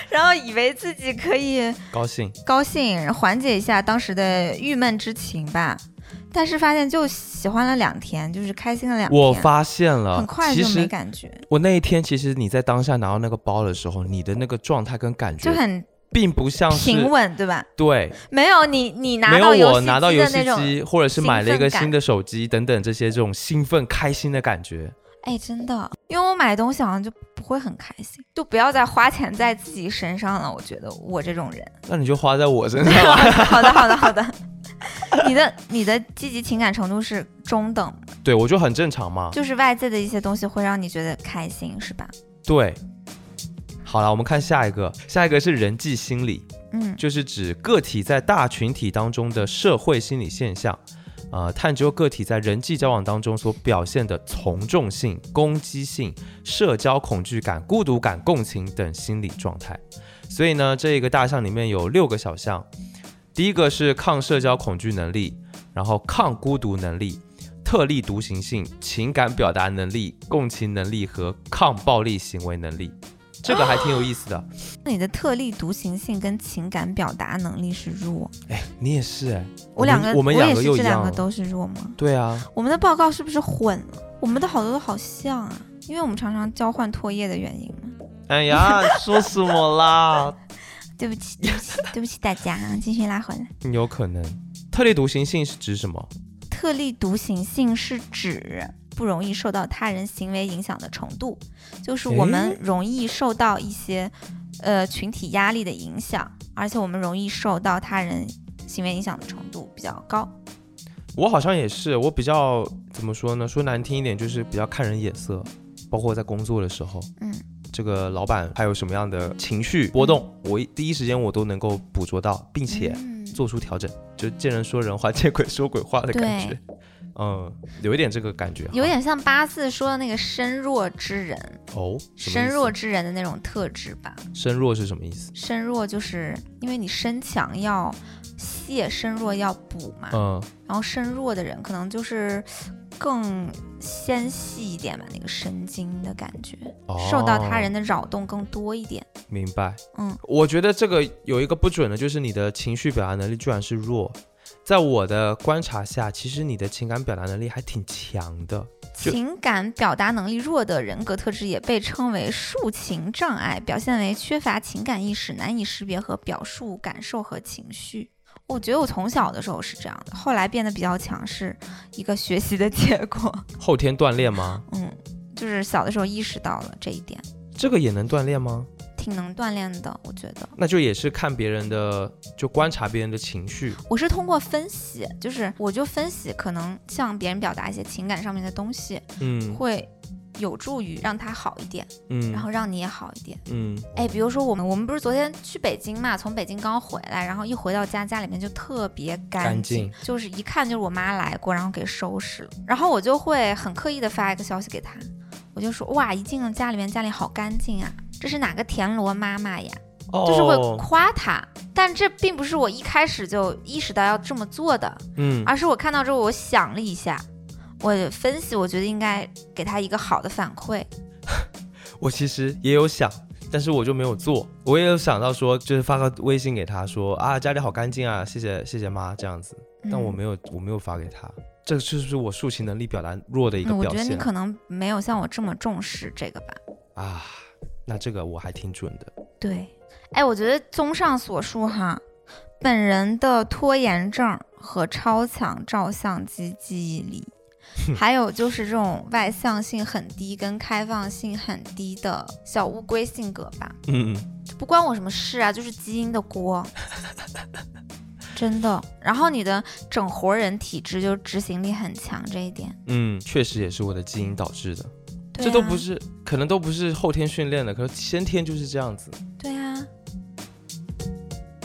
Speaker 1: 然后以为自己可以
Speaker 2: 高兴，
Speaker 1: 高兴缓解一下当时的郁闷之情吧，但是发现就喜欢了两天，就是开心了两天，
Speaker 2: 我发现了，
Speaker 1: 很快
Speaker 2: 其
Speaker 1: 就没
Speaker 2: 实
Speaker 1: 感觉，
Speaker 2: 我那一天，其实你在当下拿到那个包的时候，你的那个状态跟感
Speaker 1: 就
Speaker 2: 觉，
Speaker 1: 很
Speaker 2: 并不像
Speaker 1: 平
Speaker 2: 是
Speaker 1: 稳，对吧？
Speaker 2: 对，
Speaker 1: 没有你，你拿
Speaker 2: 没
Speaker 1: 到
Speaker 2: 有我
Speaker 1: 游戏
Speaker 2: 拿到
Speaker 1: 机
Speaker 2: 游
Speaker 1: 的
Speaker 2: 戏
Speaker 1: 那种
Speaker 2: 机，或者是买了一个
Speaker 1: 兴奋感
Speaker 2: 新的手机等等这些这种兴奋开心的感觉。
Speaker 1: 哎，真的，因为我买东西好像就不会很开心，就不要再花钱在自己身上了。我觉得我这 种人，
Speaker 2: 那你就花在我身上了。
Speaker 1: 好的，好的，好的。 你的你的积极情感程度是中等，
Speaker 2: 对，我就很正常嘛。
Speaker 1: 就是外界的一些东西会让你觉得开心，是吧？
Speaker 2: 对。好了，我们看下一个，下一个是人际心理，
Speaker 1: 嗯，
Speaker 2: 就是指个体在大群体当中的社会心理现象，呃，探究个体在人际交往当中所表现的从众性、攻击性、社交恐惧感、孤独感、共情等心理状态。所以呢，这个大项里面有六个小项，第一个是抗社交恐惧能力，然后抗孤独能力。特立独行性、情感表达能力、共情能力和抗暴力行为能力，这个还挺有意思的。
Speaker 1: 那你的特立独行性跟情感表达能力是弱，
Speaker 2: 哎，你也是哎，
Speaker 1: 我两个
Speaker 2: 我们
Speaker 1: 也
Speaker 2: 两个
Speaker 1: 是
Speaker 2: 又一
Speaker 1: 这两
Speaker 2: 样
Speaker 1: 个
Speaker 2: 了。
Speaker 1: 都是弱吗？
Speaker 2: 对啊，
Speaker 1: 我们的报告是不是混了？我们的好多都好像啊，因为我们常常交换唾液的原因嘛。
Speaker 2: 哎呀， 说什么啦？
Speaker 1: 对不起，对不起，对不起大家啊，继续拉回来。
Speaker 2: 嗯有可能，特立独行性是指什么？
Speaker 1: 特立独行性是指不容易受到他人行为影响的程度，就是我们
Speaker 2: 诶
Speaker 1: 容易受到一些呃群体压力的影响，而且我们容易受到他人行为影响的程度比较高。
Speaker 2: 我好像也是，我比较怎么说呢？说难听一点，就是比较看人眼色，包括在工作的时候，
Speaker 1: 嗯，
Speaker 2: 这个老板还有什么样的情绪波动，我一第一时间我都能够捕捉到，并且
Speaker 1: 嗯
Speaker 2: 做出调整，就见人说人话，见鬼说鬼话的感觉。嗯，有一点这个感觉哈，
Speaker 1: 有点像八四说的那个身弱之人，
Speaker 2: 哦，什么意
Speaker 1: 身
Speaker 2: 思
Speaker 1: 弱之人的那种特质吧。
Speaker 2: 身弱是什么意思？
Speaker 1: 身弱就是因为你身强要卸，身弱要补嘛。
Speaker 2: 嗯，
Speaker 1: 然后身弱的人可能就是更纤细一点吧，那个神经的感觉，
Speaker 2: 哦
Speaker 1: 受到他人的扰动更多一点。
Speaker 2: 明白。
Speaker 1: 嗯，
Speaker 2: 我觉得这个有一个不准的，就是你的情绪表达能力居然是弱。在我的观察下，其实你的情感表达能力还挺强的。就
Speaker 1: 情感表达能力弱的人格特质也被称为抒情障碍，表现为缺乏情感意识，难以识别和表述感受和情绪。我觉得我从小的时候是这样的，后来变得比较强是一个学习的结果。
Speaker 2: 后天锻炼吗？
Speaker 1: 嗯，就是小的时候意识到了这一点。
Speaker 2: 这个也能锻炼吗？
Speaker 1: 挺能锻炼的，我觉得。
Speaker 2: 那就也是看别人的，就观察别人的情绪。
Speaker 1: 我是通过分析，就是我就分析，可能向别人表达一些情感上面的东西，
Speaker 2: 嗯
Speaker 1: 会有助于让他好一点，
Speaker 2: 嗯，
Speaker 1: 然后让你也好一点。
Speaker 2: 嗯
Speaker 1: 哎，比如说我们我们不是昨天去北京嘛，从北京刚回来，然后一回到家，家里面就特别干
Speaker 2: 干净
Speaker 1: 就是一看就是我妈来过，然后给收拾了。然后我就会很刻意的发一个消息给她，我就说哇，一进了家里面，家里好干净啊，这是哪个田螺妈妈呀？
Speaker 2: 哦，
Speaker 1: 就是会夸她，但这并不是我一开始就意识到要这么做的，
Speaker 2: 嗯
Speaker 1: 而是我看到之后，我想了一下，我分析，我觉得应该给她一个好的反馈。
Speaker 2: 我其实也有想，但是我就没有做。我也有想到说，就是发个微信给他说啊，家里好干净啊，谢谢谢谢妈这样子。但我
Speaker 1: 嗯
Speaker 2: 没有，我没有发给他，这就是我抒情能力表达弱的一个
Speaker 1: 嗯我
Speaker 2: 表
Speaker 1: 觉得你
Speaker 2: 现
Speaker 1: 可能没有像我这么重视这个吧。
Speaker 2: 啊。那这个我还挺准的，
Speaker 1: 对，哎，我觉得综上所述哈，本人的拖延症和超强照相机记忆力，还有就是这种外向性很低跟开放性很低的小乌龟性格吧，
Speaker 2: 嗯，
Speaker 1: 不关我什么事啊，就是基因的 锅。真的，然后你的整活人体质就执行力很强，这一点，
Speaker 2: 嗯，确实也是我的基因导致的，
Speaker 1: 对
Speaker 2: 这都
Speaker 1: 啊
Speaker 2: 不是，可能都不是后天训练的，可是先天就是这样子。
Speaker 1: 对啊，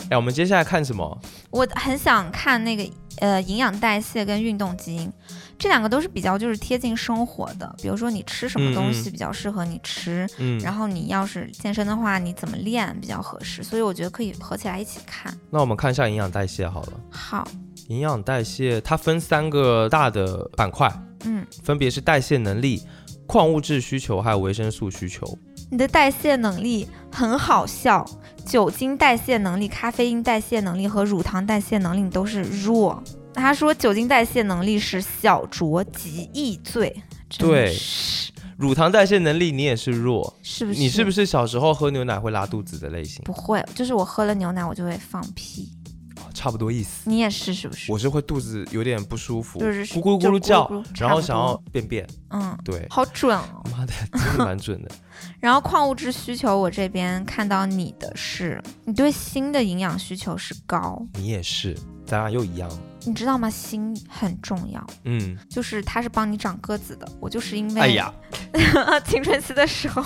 Speaker 2: 哎，我们接下来看什么？
Speaker 1: 我很想看那个呃营养代谢跟运动基因，这两个都是比较就是贴近生活的。比如说你吃什么东
Speaker 2: 嗯
Speaker 1: 西比较适合你吃，
Speaker 2: 嗯，
Speaker 1: 然后你要是健身的话，你怎么练比较合适？所以我觉得可以合起来一起看。
Speaker 2: 那我们看一下营养代谢好了。
Speaker 1: 好，
Speaker 2: 营养代谢它分三个大的板块，
Speaker 1: 嗯，
Speaker 2: 分别是代谢能力、矿物质需求还有维生素需求。
Speaker 1: 你的代谢能力很好笑，酒精代谢能力、咖啡因代谢能力和乳糖代谢能力你都是弱。他说酒精代谢能力是小酌即易醉，真
Speaker 2: 对
Speaker 1: 是
Speaker 2: 乳糖代谢能力你也是弱，
Speaker 1: 是不是？
Speaker 2: 你是不是小时候喝牛奶会拉肚子的类型？
Speaker 1: 不会，就是我喝了牛奶我就会放屁。
Speaker 2: 哦差不多意思。
Speaker 1: 你也是是不是？
Speaker 2: 我是会肚子有点不舒服，
Speaker 1: 就是
Speaker 2: 咕咕咕噜
Speaker 1: 就
Speaker 2: 叫，
Speaker 1: 咕噜咕噜
Speaker 2: 然后
Speaker 1: 差
Speaker 2: 想
Speaker 1: 不
Speaker 2: 要
Speaker 1: 多
Speaker 2: 便便。
Speaker 1: 嗯，
Speaker 2: 对，
Speaker 1: 好准哦。
Speaker 2: 妈的，真的蛮准的。
Speaker 1: 然后矿物质需求，我这边看到你的是，你对锌的营养需求是高，
Speaker 2: 你也是，咱俩又一样。
Speaker 1: 你知道吗？锌很重要，
Speaker 2: 嗯，
Speaker 1: 就是它是帮你长个子的。我就是因为、
Speaker 2: 哎呀，
Speaker 1: 青春期的时候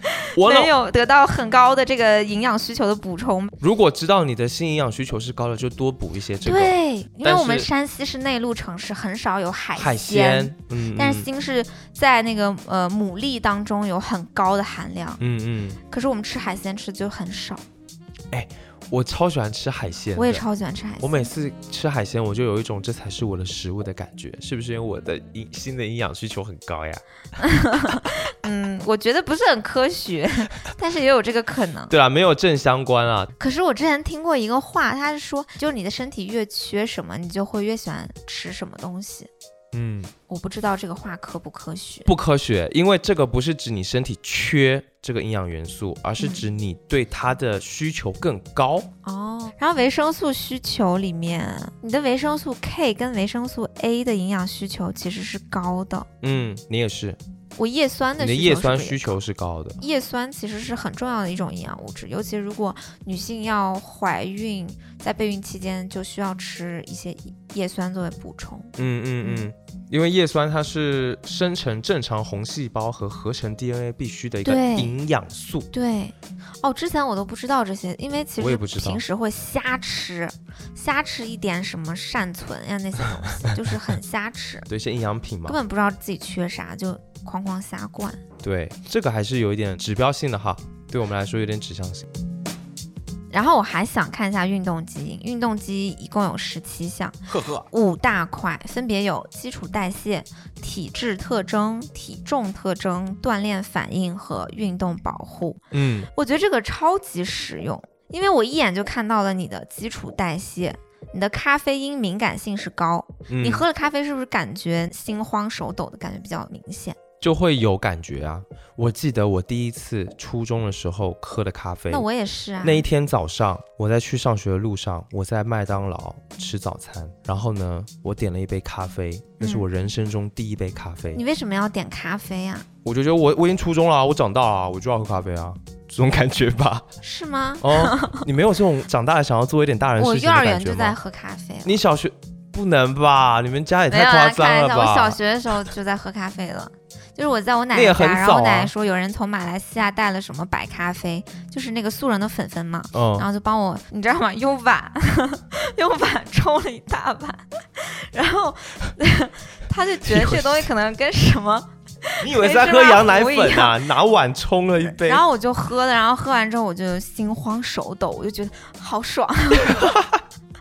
Speaker 2: 我
Speaker 1: 没
Speaker 2: 老
Speaker 1: 有得到很高的这个营养需求的补充，
Speaker 2: 如果知道你的新营养需求是高的，就多补一些这个
Speaker 1: 对，因为
Speaker 2: 但
Speaker 1: 我们
Speaker 2: 是
Speaker 1: 山西是内陆城市，很少有海
Speaker 2: 海鲜。嗯，
Speaker 1: 但是锌是在那个呃牡蛎当中有很高的含量，
Speaker 2: 嗯嗯，
Speaker 1: 可是我们吃海鲜吃就很少。
Speaker 2: 嗯我超喜欢吃海鲜的。
Speaker 1: 我也超喜欢吃海鲜，
Speaker 2: 我每次吃海鲜，我就有一种这才是我的食物的感觉，是不是因为我的营新的营养需求很高呀？
Speaker 1: 嗯，我觉得不是很科学， 但是也有这个可能。
Speaker 2: 对啊，没有正相关啊。
Speaker 1: 可是我之前听过一个话，他是说，就是你的身体越缺什么，你就会越喜欢吃什么东西。
Speaker 2: 嗯，
Speaker 1: 我不知道这个话科不科学。
Speaker 2: 不科学，因为这个不是指你身体缺这个营养元素，而
Speaker 1: 嗯
Speaker 2: 是指你对它的需求更高。
Speaker 1: 哦，然后维生素需求里面，你的维生素 K 跟维生素 A 的营养需求其实是高的。
Speaker 2: 嗯，你也是，
Speaker 1: 我叶酸的
Speaker 2: 你的
Speaker 1: 需求
Speaker 2: 叶
Speaker 1: 是
Speaker 2: 酸
Speaker 1: 不是也
Speaker 2: 需求是高的。
Speaker 1: 叶酸其实是很重要的一种营养物质，尤其如果女性要怀孕，在备孕期间就需要吃一些叶酸作为补充。
Speaker 2: 嗯嗯嗯，因为叶酸它是生成正常红细胞和合成 DNA 必须的一个
Speaker 1: 对
Speaker 2: 营养素。
Speaker 1: 对，哦，之前我都不知道这些，因为其
Speaker 2: 我也
Speaker 1: 实
Speaker 2: 不知道
Speaker 1: 平时会瞎吃，瞎吃一点什么善存呀那些东西，就是很 瞎吃，
Speaker 2: 对一些营养品嘛
Speaker 1: 根，本不知道自己缺啥，就哐哐瞎灌。
Speaker 2: 对，这个还是有一点指标性的哈，对我们来说有点指向性。
Speaker 1: 然后我还想看一下运动基因，运动基因一共有十七项，
Speaker 4: 呵呵，
Speaker 1: 五大块，分别有基础代谢、体质特征、体重特征、锻炼反应和运动保护。
Speaker 2: 嗯，
Speaker 1: 我觉得这个超级实用，因为我一眼就看到了你的基础代谢。你的咖啡因敏感性是高，
Speaker 2: 嗯
Speaker 1: 你喝了咖啡是不是感觉心慌手抖的感觉比较明显？
Speaker 2: 就会有感觉啊。我记得我第一次初中的时候喝的咖啡，
Speaker 1: 那我也是啊
Speaker 2: 那。一天早上，我在去上学的路上，我在麦当劳吃早餐，然后呢，我点了一杯咖啡，那是我人生中第一杯咖啡。
Speaker 1: 嗯你为什么要点咖啡啊呀、
Speaker 2: 我就觉得我我已经初中了啊，我长大了啊，我就要喝咖啡啊，这种感觉 吧。
Speaker 1: 是吗？
Speaker 2: 哦，你没有这种长大了想要做一点大人
Speaker 1: 我
Speaker 2: 事情
Speaker 1: 幼
Speaker 2: 的
Speaker 1: 儿
Speaker 2: 感
Speaker 1: 园
Speaker 2: 觉
Speaker 1: 就
Speaker 2: 吗
Speaker 1: 在？喝咖啡啊了。
Speaker 2: 你小学不能吧？你们家也
Speaker 1: 没有
Speaker 2: 太
Speaker 1: 啦，
Speaker 2: 夸
Speaker 1: 开
Speaker 2: 张了
Speaker 1: 玩笑。我小
Speaker 2: 吧？
Speaker 1: 学的时候就在喝咖啡了，就是我在我奶
Speaker 2: 那也
Speaker 1: 奶
Speaker 2: 很早啊
Speaker 1: 家，然后我奶奶说有人从马来西亚带了什么白咖啡，就是那个素人的粉粉嘛，然
Speaker 2: 嗯，
Speaker 1: 后就帮我，你知道吗？ 用碗，用碗冲了一大碗，然后 他就觉得这东西可能跟什么，
Speaker 2: 你以为是在喝羊奶粉
Speaker 1: 没事吧
Speaker 2: 啊？拿碗冲了一杯
Speaker 1: 然，后我就喝了，然后喝完之后我就心慌手抖，我就觉得好爽，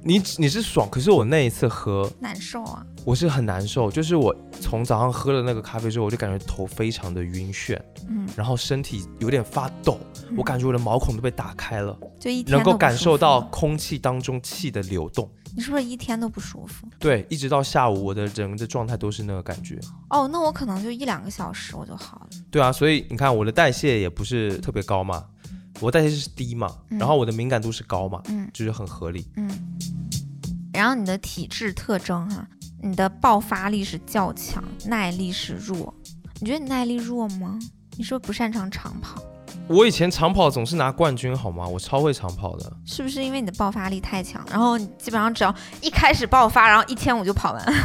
Speaker 2: 你你是爽，可是我那一次喝，
Speaker 1: 难受啊。
Speaker 2: 我是很难受，就是我从早上喝了那个咖啡之后，我就感觉头非常的晕眩，
Speaker 1: 嗯，
Speaker 2: 然后身体有点发抖，我感觉我的毛孔都被打开了，
Speaker 1: 就一天
Speaker 2: 能
Speaker 1: 都
Speaker 2: 够
Speaker 1: 不
Speaker 2: 感
Speaker 1: 舒
Speaker 2: 受
Speaker 1: 服
Speaker 2: 到空气当中气的流动。
Speaker 1: 你是不是一天都不舒服？
Speaker 2: 对，一直到下午，我的整个的状态都是那个感觉。
Speaker 1: 哦，那我可能就一两个小时我就好了。
Speaker 2: 对啊，所以你看我的代谢也不是特别高嘛，我代谢是低嘛，
Speaker 1: 嗯
Speaker 2: 然后我的敏感度是高嘛，
Speaker 1: 嗯
Speaker 2: 就是很合理。
Speaker 1: 嗯。然后你的体质特征哈、啊你的爆发力是较强，耐力是弱。你觉得你耐力弱吗？你是不是不擅长长跑？
Speaker 2: 我以前长跑总是拿冠军，好吗？我超会长跑的。
Speaker 1: 是不是因为你的爆发力太强，然后你基本上只要一开始爆发，然后一千五就跑完？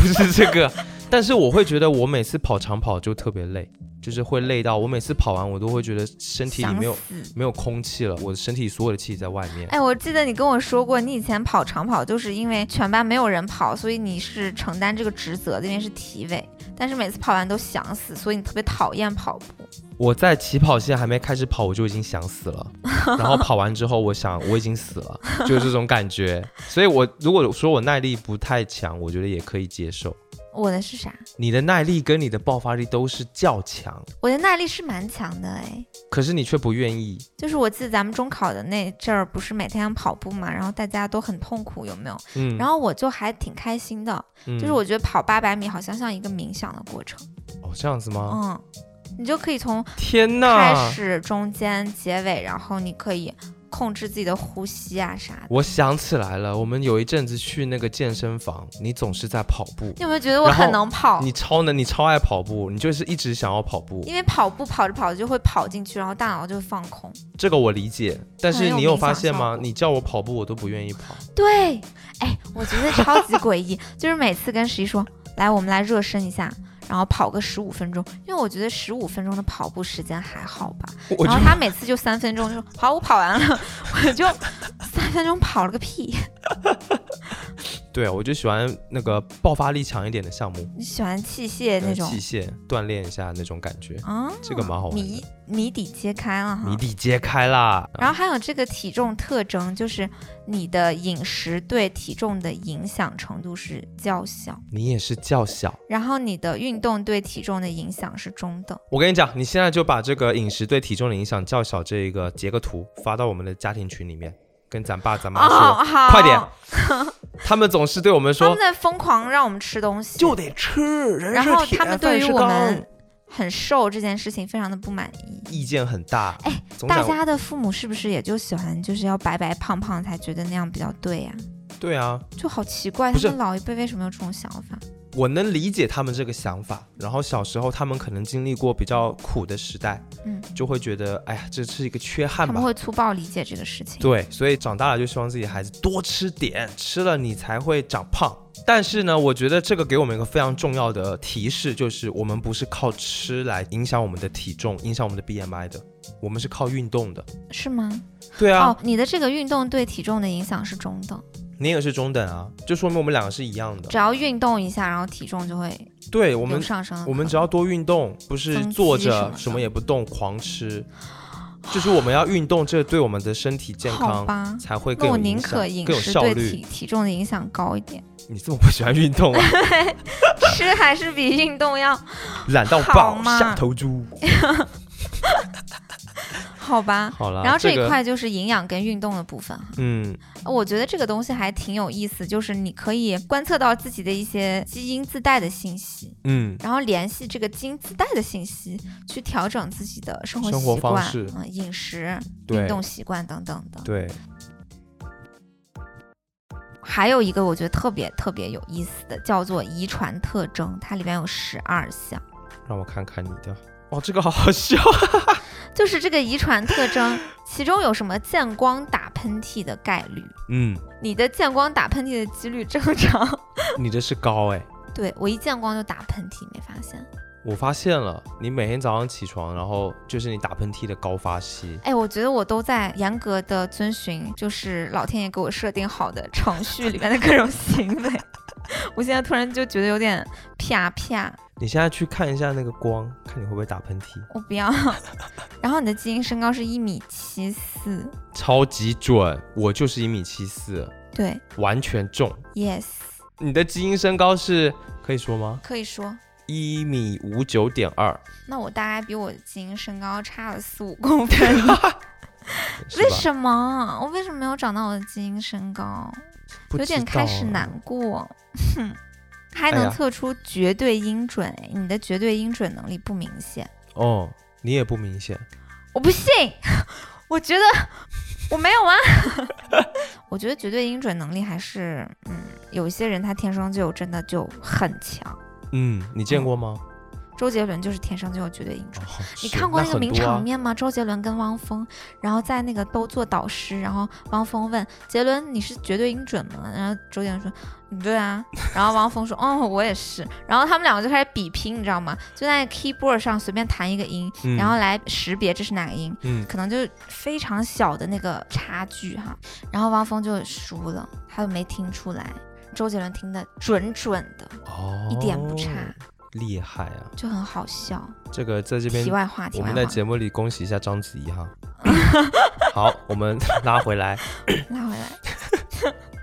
Speaker 2: 不是这个，但是我会觉得我每次跑长跑就特别累，就是会累到我每次跑完我都会觉得身体里
Speaker 1: 想
Speaker 2: 没有
Speaker 1: 死！
Speaker 2: 没有空气了，我的身体所有的气在外面。
Speaker 1: 哎，我记得你跟我说过，你以前跑长跑就是因为全班没有人跑，所以你是承担这个职责的，因为是体委。但是每次跑完都想死，所以你特别讨厌跑步。
Speaker 2: 我在起跑线还没开始跑，我就已经想死 了，然后跑完之后，我想我已经死了，就是这种感觉。所以我，如果说我耐力不太强，我觉得也可以接受。
Speaker 1: 我的是啥？
Speaker 2: 你的耐力跟你的爆发力都是较强，
Speaker 1: 我的耐力是蛮强的哎，
Speaker 2: 可是你却不愿意。
Speaker 1: 就是我记得咱们中考的那阵儿，不是每天跑步嘛，然后大家都很痛苦，有没有？
Speaker 2: 嗯，
Speaker 1: 然
Speaker 2: 后、
Speaker 1: 后我就还挺开心的，就是我觉得跑八百米好像像一个冥想的过程，
Speaker 2: 哦啊这样子吗？
Speaker 1: 嗯，你就可以从
Speaker 2: 天
Speaker 1: 开
Speaker 2: 呐！
Speaker 1: 始、中间、结尾，然后你可以控制自己的呼吸啊啥的。
Speaker 2: 我想起来了，我们有一阵子去那个健身房，你总是在跑步
Speaker 1: 你，有没有觉得我
Speaker 2: 然后
Speaker 1: 很能跑？
Speaker 2: 你超能，你超爱跑步，你就是一直想要跑步。
Speaker 1: 因为跑步跑着跑着就会跑进去，然后大脑就放空。
Speaker 2: 这个我理解，但
Speaker 1: 很
Speaker 2: 是
Speaker 1: 有
Speaker 2: 你有
Speaker 1: 冥
Speaker 2: 发
Speaker 1: 想
Speaker 2: 现
Speaker 1: 效
Speaker 2: 吗？
Speaker 1: 果
Speaker 2: 你叫我跑步，我都不愿意跑。
Speaker 1: 对，哎，我觉得超级诡异， 就是每次跟十一说，来，我们来热身一下，然后跑个十五分钟，因为我觉得十五分钟的跑步时间还好吧。
Speaker 2: 我
Speaker 1: 然
Speaker 2: 就
Speaker 1: 后他每次就三分钟，就说好，我跑完了，我就三分钟跑了个屁。
Speaker 2: 对，我就喜欢那个爆发力强一点的项目，
Speaker 1: 你喜欢器械
Speaker 2: 呃
Speaker 1: 那种
Speaker 2: 器械锻炼一下那种感觉，
Speaker 1: 啊？
Speaker 2: 这个蛮好玩的。
Speaker 1: 谜谜底揭开了哈
Speaker 2: 谜。底揭开啦！
Speaker 1: 然后还有这个体重特征，就是你的饮食对体重的影响程度是较小，
Speaker 2: 你也是较小，
Speaker 1: 然后你的运动对体重的影响是中等。
Speaker 2: 我跟你讲，你现在就把这个饮食对体重的影响较小这一个截个图发到我们的家庭群里面，跟咱爸咱妈说，
Speaker 1: 哦，好，
Speaker 2: 快点！他们总是对我们
Speaker 1: 他
Speaker 2: 说
Speaker 1: 们在疯狂让我们吃东西，
Speaker 2: 得吃，人
Speaker 1: 然后他们对于我们很瘦这件事情非常的不满意。
Speaker 2: 意见很大，
Speaker 1: 哎，
Speaker 2: 总
Speaker 1: 大
Speaker 2: 想
Speaker 1: 家的父母是不是也就喜欢就是要白白胖胖才觉得那样比较对呀、
Speaker 2: 对啊，
Speaker 1: 就好奇怪，
Speaker 2: 不
Speaker 1: 他
Speaker 2: 是
Speaker 1: 们老一辈为什么有这种想法？
Speaker 2: 我能理解他们这个想法。然后小时候他们可能经历过比较苦的时代，
Speaker 1: 嗯，
Speaker 2: 就会觉得哎呀，这是一个缺
Speaker 1: 他
Speaker 2: 憾
Speaker 1: 们
Speaker 2: 吧。
Speaker 1: 会粗暴理解这个事情。
Speaker 2: 对，啊所以长大了就希望自己的孩子多吃点，吃了你才会长胖。但是呢，我觉得这个给我们一个非常重要的提示，就是我们不是靠吃来影响我们的体重、影响我们的 BMI 的，我们是靠运动的。
Speaker 1: 是吗？
Speaker 2: 对啊，
Speaker 1: 哦，你的这个运动对体重的影响是中等，
Speaker 2: 你也是中等啊，就说明我们两个是一样的
Speaker 1: 只。要运动一下，然后体重就会
Speaker 2: 对我
Speaker 1: 有
Speaker 2: 们，
Speaker 1: 上升的可能。
Speaker 2: 我们只要多运动，不是
Speaker 1: 嗯增肌
Speaker 2: 坐
Speaker 1: 什么
Speaker 2: 着
Speaker 1: 的
Speaker 2: 什么也不动狂吃，就是我们要运动，这对我们的身体健
Speaker 1: 好
Speaker 2: 康
Speaker 1: 吧。
Speaker 2: 才会
Speaker 1: 那
Speaker 2: 更有
Speaker 1: 我宁
Speaker 2: 影响
Speaker 1: 可饮
Speaker 2: 更有
Speaker 1: 食
Speaker 2: 效
Speaker 1: 对
Speaker 2: 率
Speaker 1: 体。体重的影响高一点，
Speaker 2: 你这么不喜欢运动啊？
Speaker 1: 吃还是比运动要
Speaker 2: 懒到
Speaker 1: 好
Speaker 2: 爆，
Speaker 1: 嘛
Speaker 2: 下头猪。
Speaker 1: 好吧。
Speaker 2: 好了，
Speaker 1: 然后啊这
Speaker 2: 个
Speaker 1: 一块就是营养跟运动的部分，呃
Speaker 2: 嗯，
Speaker 1: 我觉得这个东西还挺有意思，就是你可以观测到自己的一些基因自带的信息，
Speaker 2: 嗯，
Speaker 1: 然后联系这个基因自带的信息去调整自己的生活
Speaker 2: 生活
Speaker 1: 习
Speaker 2: 方
Speaker 1: 惯、
Speaker 2: 式
Speaker 1: 嗯、饮食、
Speaker 2: 对
Speaker 1: 运动习惯等等的。
Speaker 2: 对，
Speaker 1: 还有一个我觉得特别特别有意思的，叫做遗传特征，它里面有十二项。
Speaker 2: 让我看看你 的。哦，这个好好笑。
Speaker 1: 就是这个遗传特 征，其中有什么见光打喷嚏的概率？
Speaker 2: 嗯，
Speaker 1: 你的见光打喷嚏的几率正常？
Speaker 2: 你这是高哎。
Speaker 1: 对我一见光就打喷嚏，没发现？
Speaker 2: 我发现了，你每天早上起床，然后就是你打喷嚏的高发期。
Speaker 1: 哎，我觉得我都在严格的遵循，就是老天爷给我设定好的程序里面的各种行为。 我现在突然就觉得有点啪啪，
Speaker 2: 你现在去看一下那个光，看你会不会打喷嚏，
Speaker 1: 我不要。 然后你的基因身高是一米七四，
Speaker 2: 超级准。我就是一米七四，
Speaker 1: 对
Speaker 2: 完全中。
Speaker 1: ，yes，
Speaker 2: 你的基因身高是可以说吗？
Speaker 1: 可以说。
Speaker 2: 一米五九点二，
Speaker 1: 那我大概比我基因身高差了四五公分。
Speaker 2: 是
Speaker 1: 为
Speaker 2: 吧？
Speaker 1: 什么我为什么没有长到我的基因身高？
Speaker 2: 不
Speaker 1: 有点
Speaker 2: 知
Speaker 1: 开始
Speaker 2: 道啊
Speaker 1: 难过。哼，还
Speaker 2: 哎
Speaker 1: 能
Speaker 2: 呀
Speaker 1: 测出绝对音准，哎你的绝对音准能力不明显。
Speaker 2: 哦，你也不明显。
Speaker 1: 我不信， 我觉得我没有啊。 我觉得绝对音准能力还是，嗯，有一些人他天生就真的就很强。
Speaker 2: 嗯，你见过吗？
Speaker 1: 周杰伦就是天生就有绝对音准。
Speaker 2: 哦
Speaker 1: 你
Speaker 2: 是
Speaker 1: 看过那个
Speaker 2: 很
Speaker 1: 名
Speaker 2: 多啊
Speaker 1: 场面吗？周杰伦跟汪峰，然后在那个都做导师，然后汪峰问杰伦：“你是绝对音准吗？”然后周杰伦说：“嗯，对啊。”然后汪峰说：“哦，我也是。”然后他们两个就开始比拼，你知道吗？就在 keyboard 上随便弹一个音，
Speaker 2: 嗯
Speaker 1: 然后来识别这是哪个音，
Speaker 2: 嗯，
Speaker 1: 可能就是非常小的那个差距哈。然后汪峰就输了，他就没听出来。周杰伦听的准准的，
Speaker 2: 哦，
Speaker 1: 一点不差，
Speaker 2: 厉害啊！
Speaker 1: 就很好笑。
Speaker 2: 这个在这边
Speaker 1: 题，外话，题
Speaker 2: 我
Speaker 1: 外
Speaker 2: 们
Speaker 1: 话。
Speaker 2: 在节目里恭喜一下章子怡哈。 好，我们拉回来。
Speaker 1: 拉回来。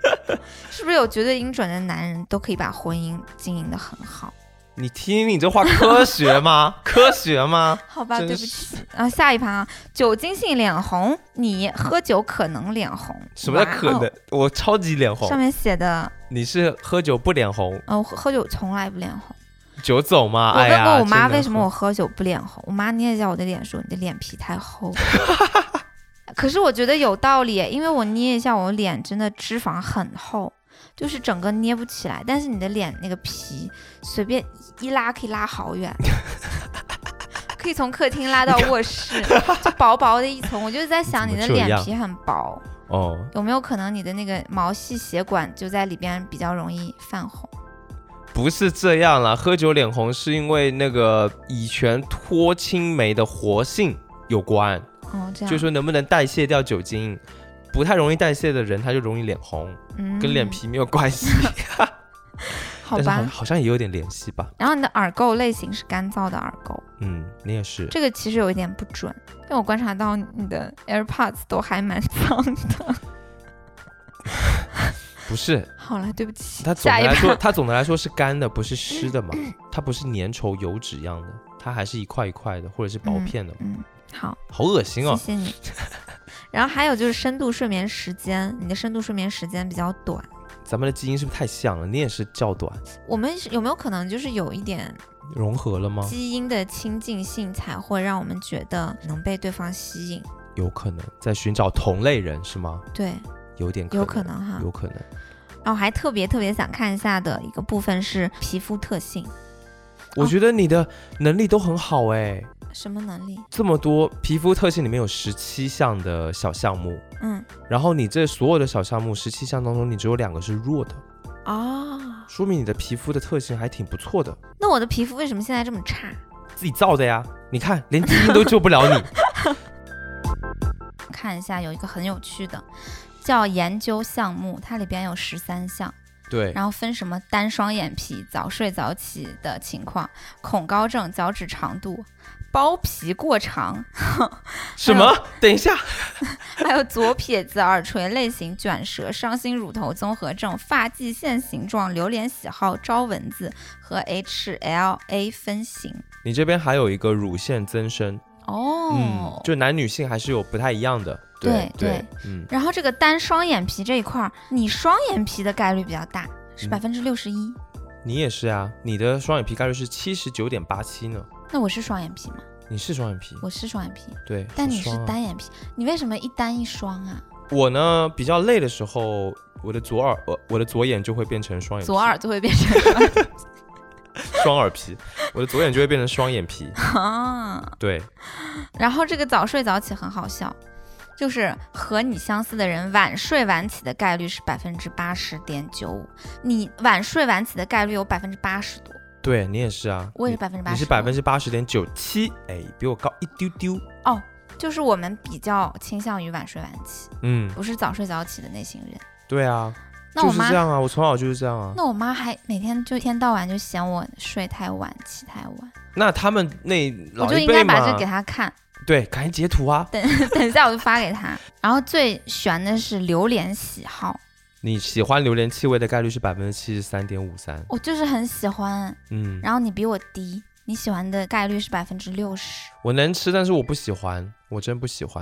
Speaker 1: 是不是有绝对音准的男人都可以把婚姻经营的很好？
Speaker 2: 你听，你这话科学吗？科学吗？
Speaker 1: 好吧，
Speaker 2: 真
Speaker 1: 对不
Speaker 2: 是
Speaker 1: 起。啊，下一盘啊，酒精性脸红，你喝酒可能脸红。
Speaker 2: 什么叫
Speaker 1: 哇
Speaker 2: 可能
Speaker 1: 哦？
Speaker 2: 我超级脸
Speaker 1: 上
Speaker 2: 红。
Speaker 1: 面写的，
Speaker 2: 你是喝酒不脸红，
Speaker 1: 呃，我喝喝酒从来不脸红。
Speaker 2: 酒走吗？
Speaker 1: 我
Speaker 2: 哎
Speaker 1: 问
Speaker 2: 呀，
Speaker 1: 过我妈
Speaker 2: 真的
Speaker 1: 为什么
Speaker 2: 很
Speaker 1: 我喝酒不脸红，我妈捏一下我的脸说你的脸皮太厚了。 可是我觉得有道理，因为我捏一下我脸真的脂肪很厚，就是整个捏不起来。但是你的脸那个皮随便一拉可以拉好远， 可以从客厅拉到卧室，就薄薄的一层。我就是在想
Speaker 2: 你
Speaker 1: 你
Speaker 2: 怎么
Speaker 1: 的
Speaker 2: 这
Speaker 1: 脸
Speaker 2: 样
Speaker 1: 皮很薄，
Speaker 2: 哦？
Speaker 1: 有没有可能你的那个毛细血管就在里边比较容易泛红？
Speaker 2: 不是这样啦，喝酒脸红是因为那个乙醛脱氢酶的活性有关，
Speaker 1: 哦，这样
Speaker 2: 就说能不能代谢掉酒精。不太容易代谢的人，他就容易脸红，跟脸、皮没有关系，
Speaker 1: 嗯、 好
Speaker 2: 但是
Speaker 1: 吧
Speaker 2: 好？好像也有点联系吧。
Speaker 1: 然后你的耳垢类型是干燥的耳垢，
Speaker 2: 嗯，你也是，
Speaker 1: 这个其实有一点不准，因为我观察到你的 AirPods 都还蛮脏的。
Speaker 2: 不是？
Speaker 1: 好了，对不起，
Speaker 2: 它总
Speaker 1: 下
Speaker 2: 的
Speaker 1: 一
Speaker 2: 来说，
Speaker 1: 趴。
Speaker 2: 它总的来说是干的，不是湿 的嘛？它不是粘稠油脂一样的，它还是一块一块的，或者是薄片的，
Speaker 1: 嗯，好，
Speaker 2: 好恶心
Speaker 1: 谢
Speaker 2: 哦。
Speaker 1: 谢你。 然后还有就是深度睡眠时间，你的深度睡眠时间比较短，
Speaker 2: 咱们的基因是不是太像了？你也是较短，
Speaker 1: 我们是有没有可能就是有一点
Speaker 2: 融合了吗？
Speaker 1: 基因的亲近性，才会让我们觉得能被对方吸引？
Speaker 2: 有可能在寻找同类人是吗？
Speaker 1: 对，
Speaker 2: 有点
Speaker 1: 有可能啊哦哈。
Speaker 2: 有可能。
Speaker 1: 然后还特别特别想看一下的一个部分是皮肤特性，
Speaker 2: 我觉得你的能力都很好哎、
Speaker 1: 什么能力？
Speaker 2: 这么多皮肤特性里面有十七项的小项目，
Speaker 1: 嗯，
Speaker 2: 然后你这所有的小项目十七项当中，你只有两个是弱的，
Speaker 1: 哦，
Speaker 2: 说明你的皮肤的特性还挺不错的，
Speaker 1: 那我的皮肤为什么现在这么差？
Speaker 2: 自己造的呀。你看，连基因都救不 了你。
Speaker 1: 看一下，有一个很有趣的，叫研究项目，它里边有十三项，
Speaker 2: 对，
Speaker 1: 然后分什么单双眼皮、早睡早起的情况、恐高症、脚趾长度、包皮过长，
Speaker 2: 什么？等一下，
Speaker 1: 还有左撇子、耳垂类型、卷舌、伤心乳头综合症、发际线形状、榴莲喜好、招蚊子和 HLA 分型。
Speaker 2: 你这边还有一个乳腺增生，
Speaker 1: 哦
Speaker 4: 嗯，
Speaker 2: 就男女性还是有不太一样的。
Speaker 1: 对
Speaker 4: 对
Speaker 1: 对
Speaker 2: 嗯，
Speaker 1: 然后这个单双眼皮这一块儿，你双眼皮的概率比较大，是
Speaker 2: 嗯
Speaker 1: 百分之六十一。
Speaker 2: 你也是啊，你的双眼皮概率是七十九点八七呢。
Speaker 1: 那我是双眼皮吗？
Speaker 2: 你是双眼皮，
Speaker 1: 我是双眼皮，
Speaker 2: 对，
Speaker 1: 但
Speaker 2: 好
Speaker 1: 你是
Speaker 2: 双啊
Speaker 1: 单眼皮，你为什么一单一双啊？
Speaker 2: 我呢，比较累的时候，我的左耳，我我的左眼就会变成双眼皮，
Speaker 1: 左耳就会变成双眼皮
Speaker 2: 双耳皮，我的左眼就会变成双眼 皮。
Speaker 1: 啊。
Speaker 2: 对，
Speaker 1: 然后这个早睡早起很好笑，就是和你相似的人晚睡晚起的概率是百分之八十点九五，你晚睡晚起的概率有百分之八十多，
Speaker 2: 对你也是啊，
Speaker 1: 我也是
Speaker 2: 你
Speaker 1: 百分之八
Speaker 2: 你
Speaker 1: 十，
Speaker 2: 是百分之八十点九七，哎，比我高一丢丢。
Speaker 1: 哦就是我们比较倾向于晚睡晚起，
Speaker 2: 嗯，
Speaker 1: 不是早睡早起的那型人。
Speaker 2: 对啊，
Speaker 1: 那我
Speaker 2: 就是
Speaker 1: 妈
Speaker 2: 这样啊，我从小就是这样啊。
Speaker 1: 那我妈还每天就一天到晚就嫌我睡太晚、起太晚，
Speaker 2: 那他们那老
Speaker 1: 我就
Speaker 2: 一
Speaker 1: 应该
Speaker 2: 辈
Speaker 1: 把这
Speaker 2: 嘛
Speaker 1: 给，她看。
Speaker 2: 对，赶紧截图啊！
Speaker 1: 等一下我就发给她。然后最悬的是榴莲喜好，
Speaker 2: 你喜欢榴莲气味的概率是百分之七十三点五三。
Speaker 1: 我就是很喜欢。
Speaker 2: 嗯，
Speaker 1: 然后你比我低，你喜欢的概率是百分之六十。
Speaker 2: 我能吃，但是我不喜欢，我真不喜欢。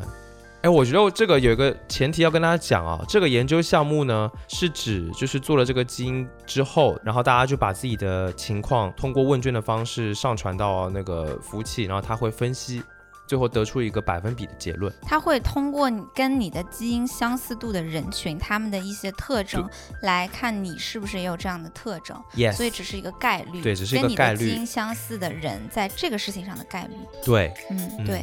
Speaker 2: 哎，我觉得我这个有一个前提要跟大家讲啊，这个研究项目呢是指就是做了这个基因之后，然后大家就把自己的情况通过问卷的方式上传到那个服务器，然后它会分析，最后得出一个百分比的结论。
Speaker 1: 它会通过你跟你的基因相似度的人群，他们的一些特征来看你是不是也有这样的特征。
Speaker 2: Yes，
Speaker 1: 所以只是一个概率，
Speaker 2: 哎对只是一个
Speaker 1: 跟你
Speaker 2: 概
Speaker 1: 的
Speaker 2: 率
Speaker 1: 基因相似的人在这个事情上的概率。
Speaker 2: 对，
Speaker 1: 嗯，
Speaker 2: 嗯
Speaker 1: 对。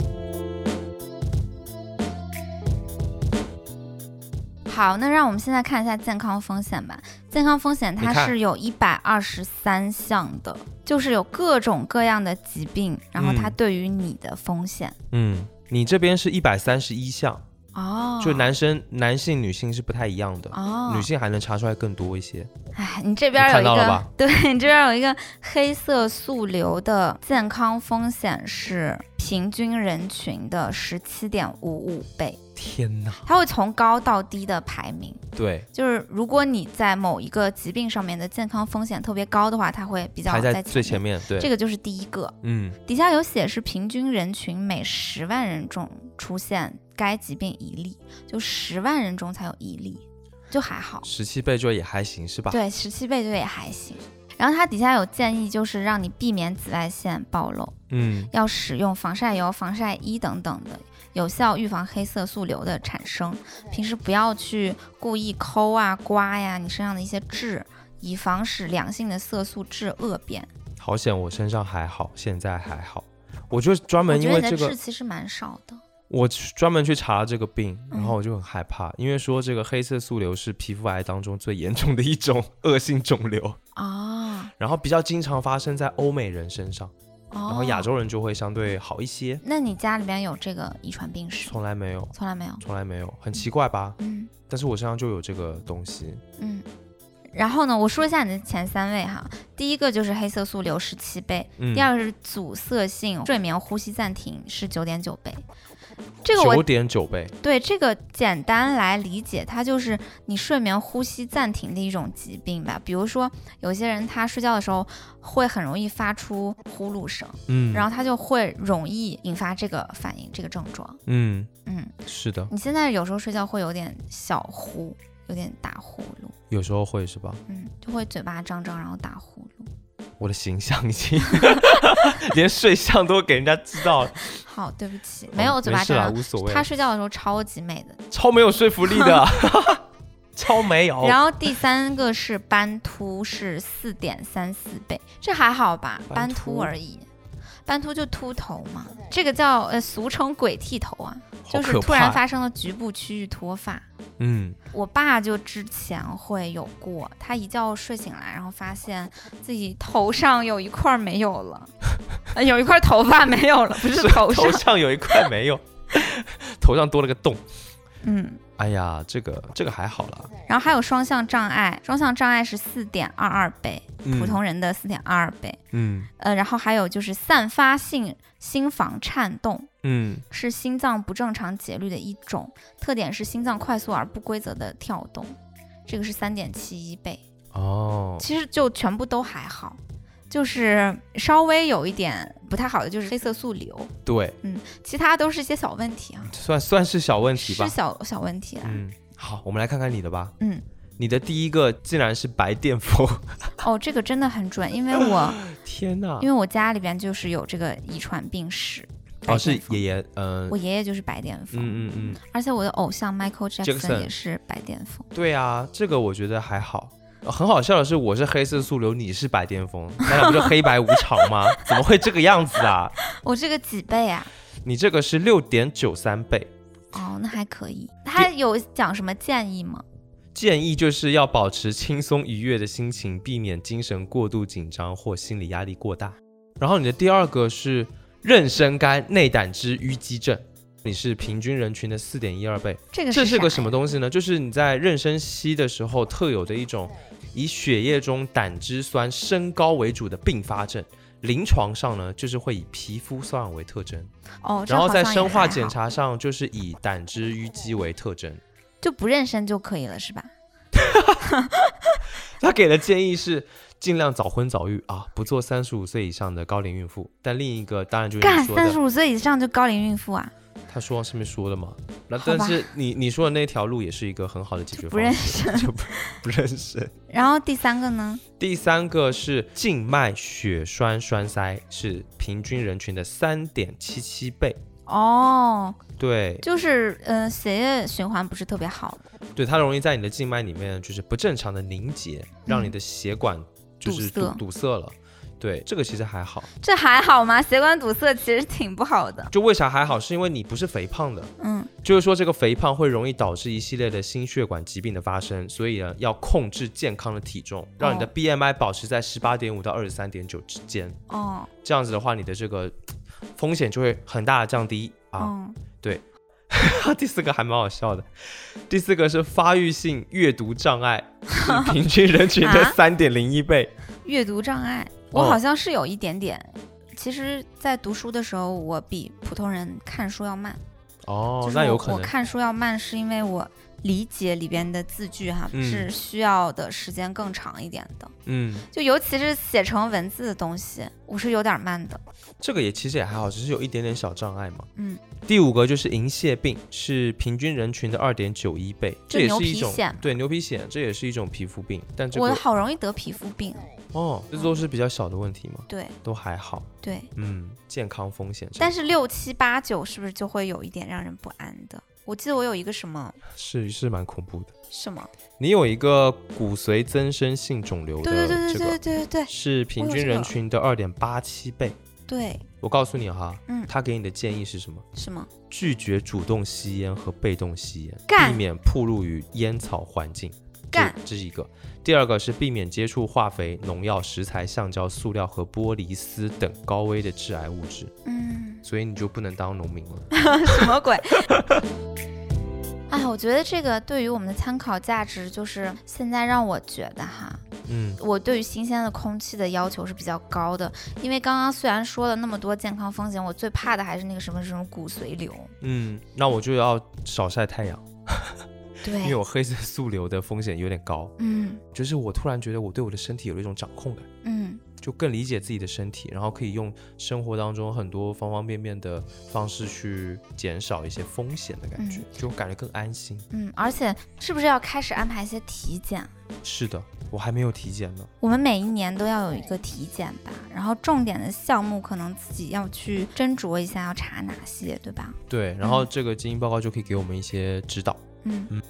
Speaker 1: 好，那让我们现在看一下健康风险吧。健康风险它
Speaker 2: 你看
Speaker 1: 是有一百二十三项的，就是有各种各样的疾病，然后它
Speaker 2: 嗯
Speaker 1: 对于你的风险。
Speaker 2: 嗯，你这边是一百三十一项，
Speaker 1: 哦，
Speaker 2: 就男生、男性、女性是不太一样的，
Speaker 1: 哦
Speaker 2: 女，性还能查出来更多一些。
Speaker 1: 哎，你这边有一
Speaker 2: 你看到了
Speaker 1: 个
Speaker 2: 吧，
Speaker 1: 对你这边有一个黑色素瘤的健康风险是平均人群的十七点五五倍，
Speaker 2: 天哪！
Speaker 1: 它会从高到低的排名。
Speaker 2: 对，
Speaker 1: 就是如果你在某一个疾病上面的健康风险特别高的话，它会比较
Speaker 2: 排在
Speaker 1: 在
Speaker 2: 最前。面。对，
Speaker 1: 这个就是第一个，
Speaker 2: 嗯，
Speaker 1: 底下有写是平均人群每十万人中出现该疾病一例，就十万人中才有一例，就还好。
Speaker 2: 十七倍就也还行是吧？
Speaker 1: 对，十七倍就也还行。然后它底下有建议，就是让你避免紫外线暴露，
Speaker 2: 嗯，
Speaker 1: 要使用防晒油、防晒衣等等的，有效预防黑色素瘤的产生。平时不要去故意抠啊、刮呀你身上的一些痣，以防使良性的色素痣恶变。
Speaker 2: 好险，我身上还好，现在还好。我就专
Speaker 1: 我
Speaker 2: 门
Speaker 1: 觉
Speaker 2: 因
Speaker 1: 得
Speaker 2: 为这
Speaker 1: 你的
Speaker 2: 个，
Speaker 1: 痣其实蛮少的。
Speaker 2: 我去专门去查了这个病，
Speaker 1: 嗯
Speaker 2: 然后我就很害怕，因为说这个黑色素瘤是皮肤癌当中最严重的一种恶性肿瘤，
Speaker 1: 哦，
Speaker 2: 然后比较经常发生在欧美人身上，
Speaker 1: 然
Speaker 2: 然后亚。洲人就会相对好一些。
Speaker 1: 那你家里边有这个遗传病史？
Speaker 2: 从来没有，
Speaker 1: 从来没有。
Speaker 2: 从来没有，很奇怪吧？
Speaker 1: 嗯。
Speaker 2: 但是我身上就有这个东西。
Speaker 1: 嗯，然后呢，我说一下你的前三位哈。第一个就是黑色素瘤十七倍，
Speaker 2: 嗯
Speaker 1: 第，二个是阻塞性睡眠呼吸暂停是九点九倍。这个
Speaker 2: 九
Speaker 1: 我
Speaker 2: 点九倍，
Speaker 1: 对这个简单来理解，它就是你睡眠呼吸暂停的一种疾病吧。比如说，有些人他睡觉的时候会很容易发出呼噜声，
Speaker 2: 嗯，
Speaker 1: 然
Speaker 2: 后
Speaker 1: 后他就会容易引发这个反应、这个症状。
Speaker 2: 嗯，
Speaker 1: 嗯，
Speaker 2: 是的，
Speaker 1: 你现在有时候睡觉会有点小呼，有点打呼噜。
Speaker 2: 有时候会是吧？
Speaker 1: 嗯，就会嘴巴张张，然后打呼噜。
Speaker 2: 我的形象已经连睡相都给人家知道了，
Speaker 1: 好，对不起， 没有
Speaker 2: 哦
Speaker 1: 嘴巴
Speaker 2: 没事啦，
Speaker 1: 张
Speaker 2: 无所
Speaker 1: 张。
Speaker 2: 谓
Speaker 1: 她
Speaker 2: 啦，
Speaker 1: 睡觉的时候超级美的。
Speaker 2: 超没有说服力 的，超没有。
Speaker 1: 然后第三个是斑秃，是四点三四倍，这还好吧？
Speaker 2: 斑
Speaker 1: 斑
Speaker 2: 秃
Speaker 1: 秃而已，斑秃就秃头嘛，这个叫呃俗称鬼剃头啊，
Speaker 2: 好
Speaker 1: 就是
Speaker 2: 可
Speaker 1: 突然
Speaker 2: 怕
Speaker 1: 发生了局部区域脱发。
Speaker 2: 嗯，
Speaker 1: 我爸就之前会有过，他一觉睡醒来，然后发现自己头上有一块儿没 有了，呃有一块头发没有 了，不是头上
Speaker 2: 头，上有一块没有， 头上多了个洞。
Speaker 1: 嗯。
Speaker 2: 哎呀，这个这个还好啦，
Speaker 1: 然后还有双向障碍，双向障碍是四点二二倍，普通人的四点二二倍。
Speaker 2: 嗯
Speaker 1: 呃，然后还有就是散发性心房颤动，
Speaker 2: 嗯
Speaker 1: 是心脏不正常节律的一种，特点是心脏快速而不规则的跳动，这个是三点七一倍。
Speaker 2: 哦，
Speaker 1: 其实就全部都还好，就是稍微有一点不太好的就是黑色素瘤，
Speaker 2: 对，
Speaker 1: 嗯，其他都是一些小问题啊，
Speaker 2: 算算是小问嗯题吧
Speaker 1: 是。小小问题啦。啊
Speaker 2: 嗯，好，我们来看看你的吧。
Speaker 1: 嗯，
Speaker 2: 你的第一个竟然是白癜风，
Speaker 1: 哦，这个真的很准，因为我
Speaker 2: 天哪
Speaker 1: 因！为我家里边就是有这个遗传病史。白
Speaker 2: 哦，
Speaker 1: 癜
Speaker 2: 是
Speaker 1: 风
Speaker 2: 爷爷，嗯、
Speaker 1: 我爷爷就是白癜风，
Speaker 2: 嗯嗯嗯，
Speaker 1: 而且我的偶像 Michael
Speaker 2: Jackson
Speaker 1: Jackson 也是白癜风。
Speaker 2: 对啊，这个我觉得还好。呃很好笑的是，我是黑色素瘤，你是白癜风， 咱俩不就黑白无常吗？怎么会这个样子啊？
Speaker 1: 我这个几倍啊？
Speaker 2: 你这个是六点九三倍，
Speaker 1: 哦，那还可以。他有讲什么建议吗？
Speaker 2: 建议就是要保持轻松愉悦的心情，避免精神过度紧张或心理压力过大。然后你的第二个是妊娠肝内胆汁淤积症，你是平均人群的四点一二倍。
Speaker 1: 这个
Speaker 2: 这是
Speaker 1: 啥
Speaker 2: 个
Speaker 1: 呀
Speaker 2: 什么？东西呢？就是你在妊娠期的时候特有的一种以血液中胆汁酸升高为主的并发症。临床上呢，就是会以皮肤瘙痒为特征，
Speaker 1: 哦，这
Speaker 2: 然后
Speaker 1: 好
Speaker 2: 在
Speaker 1: 像
Speaker 2: 生
Speaker 1: 也
Speaker 2: 化
Speaker 1: 还
Speaker 2: 检
Speaker 1: 好
Speaker 2: 查上就是以胆汁淤积为特征。
Speaker 1: 就不妊娠就可以了，是吧？
Speaker 2: 他给的建议是尽量早婚早育啊，不做三十五岁以上的高龄孕妇。但另一个当然就是
Speaker 1: 干
Speaker 2: 你说
Speaker 1: 三十
Speaker 2: 的，
Speaker 1: 五岁以上就高龄孕妇啊，
Speaker 2: 他说上面说的嘛。那
Speaker 1: 好
Speaker 2: 但
Speaker 1: 吧
Speaker 2: 是你你说的那条路也是一个很好的解决
Speaker 1: 不
Speaker 2: 方
Speaker 1: 妊
Speaker 2: 案，
Speaker 1: 娠。
Speaker 2: 就不 不认识。
Speaker 1: 然后第三个呢？
Speaker 2: 第三个是静脉血栓栓塞，是平均人群的三点七七倍。
Speaker 1: 哦，
Speaker 2: 对
Speaker 1: 就是嗯、呃血液循环不是特别好，
Speaker 2: 对，它容易在你的静脉里面就是不正常的凝结，让你的血管就是
Speaker 1: 堵
Speaker 2: 堵
Speaker 1: 塞
Speaker 2: 堵塞了。对，这个其实还好。
Speaker 1: 这还好吗？血管堵塞其实挺不好的。
Speaker 2: 就为啥还好，是因为你不是肥胖的，
Speaker 1: 嗯，
Speaker 2: 就是说这个肥胖会容易导致一系列的心血管疾病的发生，所以呢，要控制健康的体重，让你的
Speaker 1: 哦
Speaker 2: BMI 保持在十八点五到二十三点九之间。
Speaker 1: 哦，
Speaker 2: 这样子的话，你的这个风险就会很大的降低啊。
Speaker 1: 嗯，
Speaker 2: 第四个还蛮好笑的，第四个是发育性阅读障碍， 是平均人群的
Speaker 1: 啊
Speaker 2: 三点零一倍。
Speaker 1: 阅读障碍，我
Speaker 2: 哦
Speaker 1: 好像是有一点点。其实，在读书的时候，我比普通人看书要慢。
Speaker 2: 哦
Speaker 1: 就是
Speaker 2: 那有
Speaker 1: 我
Speaker 2: 可
Speaker 1: 我
Speaker 2: 能。
Speaker 1: 看书要慢，是因为我理解里边的字句哈、
Speaker 2: 嗯
Speaker 1: 是需要的时间更长一点的。
Speaker 2: 嗯，
Speaker 1: 就尤其是写成文字的东西，我是有点慢的。
Speaker 2: 这个也其实也还好，只是有一点点小障碍嘛。
Speaker 1: 嗯，
Speaker 2: 第五个就是银屑病，是平均人群的二点九一倍，
Speaker 1: 就
Speaker 2: 这也
Speaker 1: 牛
Speaker 2: 是一
Speaker 1: 皮
Speaker 2: 种
Speaker 1: 癣嘛
Speaker 2: 对牛皮癣，这也是一种皮肤病，但这
Speaker 1: 我
Speaker 2: 个
Speaker 1: 好容易得皮肤病。
Speaker 2: 哦，这都是比较小的问题嘛，
Speaker 1: 对
Speaker 2: 都还好。
Speaker 1: 对，
Speaker 2: 嗯，健康风险
Speaker 1: 但是六七八九是不是就会有一点让人不安的？我记得我有一个什么
Speaker 2: 是是蛮恐怖的。
Speaker 1: 什么，
Speaker 2: 你有一个骨髓增生性肿瘤的
Speaker 1: 对对对
Speaker 2: 这
Speaker 1: 对对
Speaker 2: 个，
Speaker 1: 对对
Speaker 2: 是平
Speaker 1: 哎我有
Speaker 2: 均
Speaker 1: 这个
Speaker 2: 人群的二点八七倍。
Speaker 1: 对，
Speaker 2: 我告诉你哈，
Speaker 1: 嗯
Speaker 2: 他给你的建议是什么？
Speaker 1: 什么？
Speaker 2: 拒绝主动吸烟和被动吸烟，
Speaker 1: 干
Speaker 2: 避免暴露于烟草环境。这
Speaker 1: 干
Speaker 2: 这是一个。第二个是避免接触化肥、农药、食材、橡胶、塑料和玻璃丝等高危的致癌物质，
Speaker 1: 嗯，
Speaker 2: 所以你就不能当农民了。
Speaker 1: 什么鬼？哎，我觉得这个对于我们的参考价值，就是现在让我觉得哈，
Speaker 2: 嗯，
Speaker 1: 我对于新鲜的空气的要求是比较高的，因为刚刚虽然说了那么多健康风险，我最怕的还是那个什么什么骨髓瘤。
Speaker 2: 嗯，那我就要少晒太阳，因为
Speaker 1: 对，
Speaker 2: 我黑色素瘤的风险有点高。
Speaker 1: 嗯
Speaker 2: 就是我突然觉得我对我的身体有了一种掌控感，
Speaker 1: 嗯，
Speaker 2: 就更理解自己的身体，然后可以用生活当中很多方方面面的方式去减少一些风险的感觉，
Speaker 1: 嗯
Speaker 2: 就感觉更安心。
Speaker 1: 嗯，而且是不是要开始安排一些体检？
Speaker 2: 是的，我还没有体检呢。
Speaker 1: 我们每一年都要有一个体检吧，然后重点的项目可能自己要去斟酌一下，要查哪些，对吧？
Speaker 2: 对，然后这个基因报告就可以给我们一些指导。
Speaker 1: 嗯
Speaker 2: 嗯。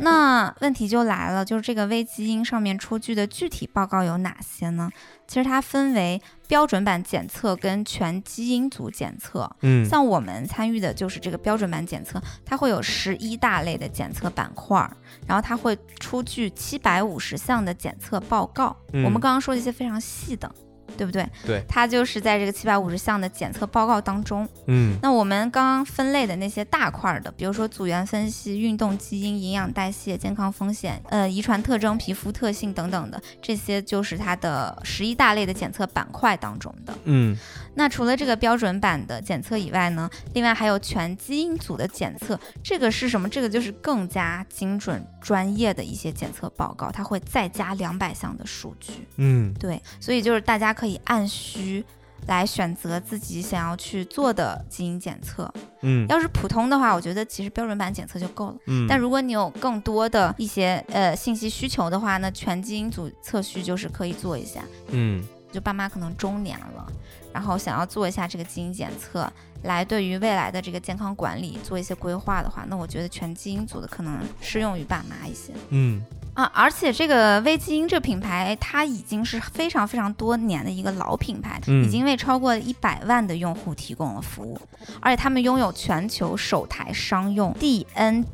Speaker 1: 那问题就来了，就是这个微基因上面出具的具体报告有哪些呢？其实它分为标准版检测跟全基因组检测。
Speaker 2: 嗯
Speaker 1: 像我们参与的就是这个标准版检测，它会有十一大类的检测板块儿，然后它会出具七百五十项的检测报告。
Speaker 2: 嗯
Speaker 1: 我们刚刚说的一些非常细的，对不对？
Speaker 2: 对
Speaker 1: 它就是在这个七百五十项的检测报告当中。
Speaker 2: 嗯
Speaker 1: 那我们刚刚分类的那些大块儿的，比如说组员分析、运动基因、营养代谢、健康风险、呃遗传特征、皮肤特性等等的，这些就是它的十一大类的检测板块当中的。
Speaker 2: 嗯，
Speaker 1: 那除了这个标准版的检测以外呢，另外还有全基因组的检测，这个是什么？这个就是更加精准、专业的一些检测报告，它会再加两百项的数据。
Speaker 2: 嗯，
Speaker 1: 对，所以就是大家可以按需。来选择自己想要去做的基因检测。
Speaker 4: 嗯
Speaker 1: 要是普通的话，我觉得其实标准版检测就够了。
Speaker 4: 嗯，
Speaker 1: 但如果你有更多的一些呃信息需求的话，那全基因组测序就是可以做一下。
Speaker 4: 嗯
Speaker 1: 就爸妈可能中年了，然后想要做一下这个基因检测，来对于未来的这个健康管理做一些规划的话，那我觉得全基因组的可能适用于爸妈一些
Speaker 4: 嗯
Speaker 1: 啊。而且这个微基因这品牌，它已经是非常非常多年的一个老品牌，
Speaker 4: 嗯
Speaker 1: 已经为超过一百万的用户提供了服务，而且他们拥有全球首台商用 DNBSEQ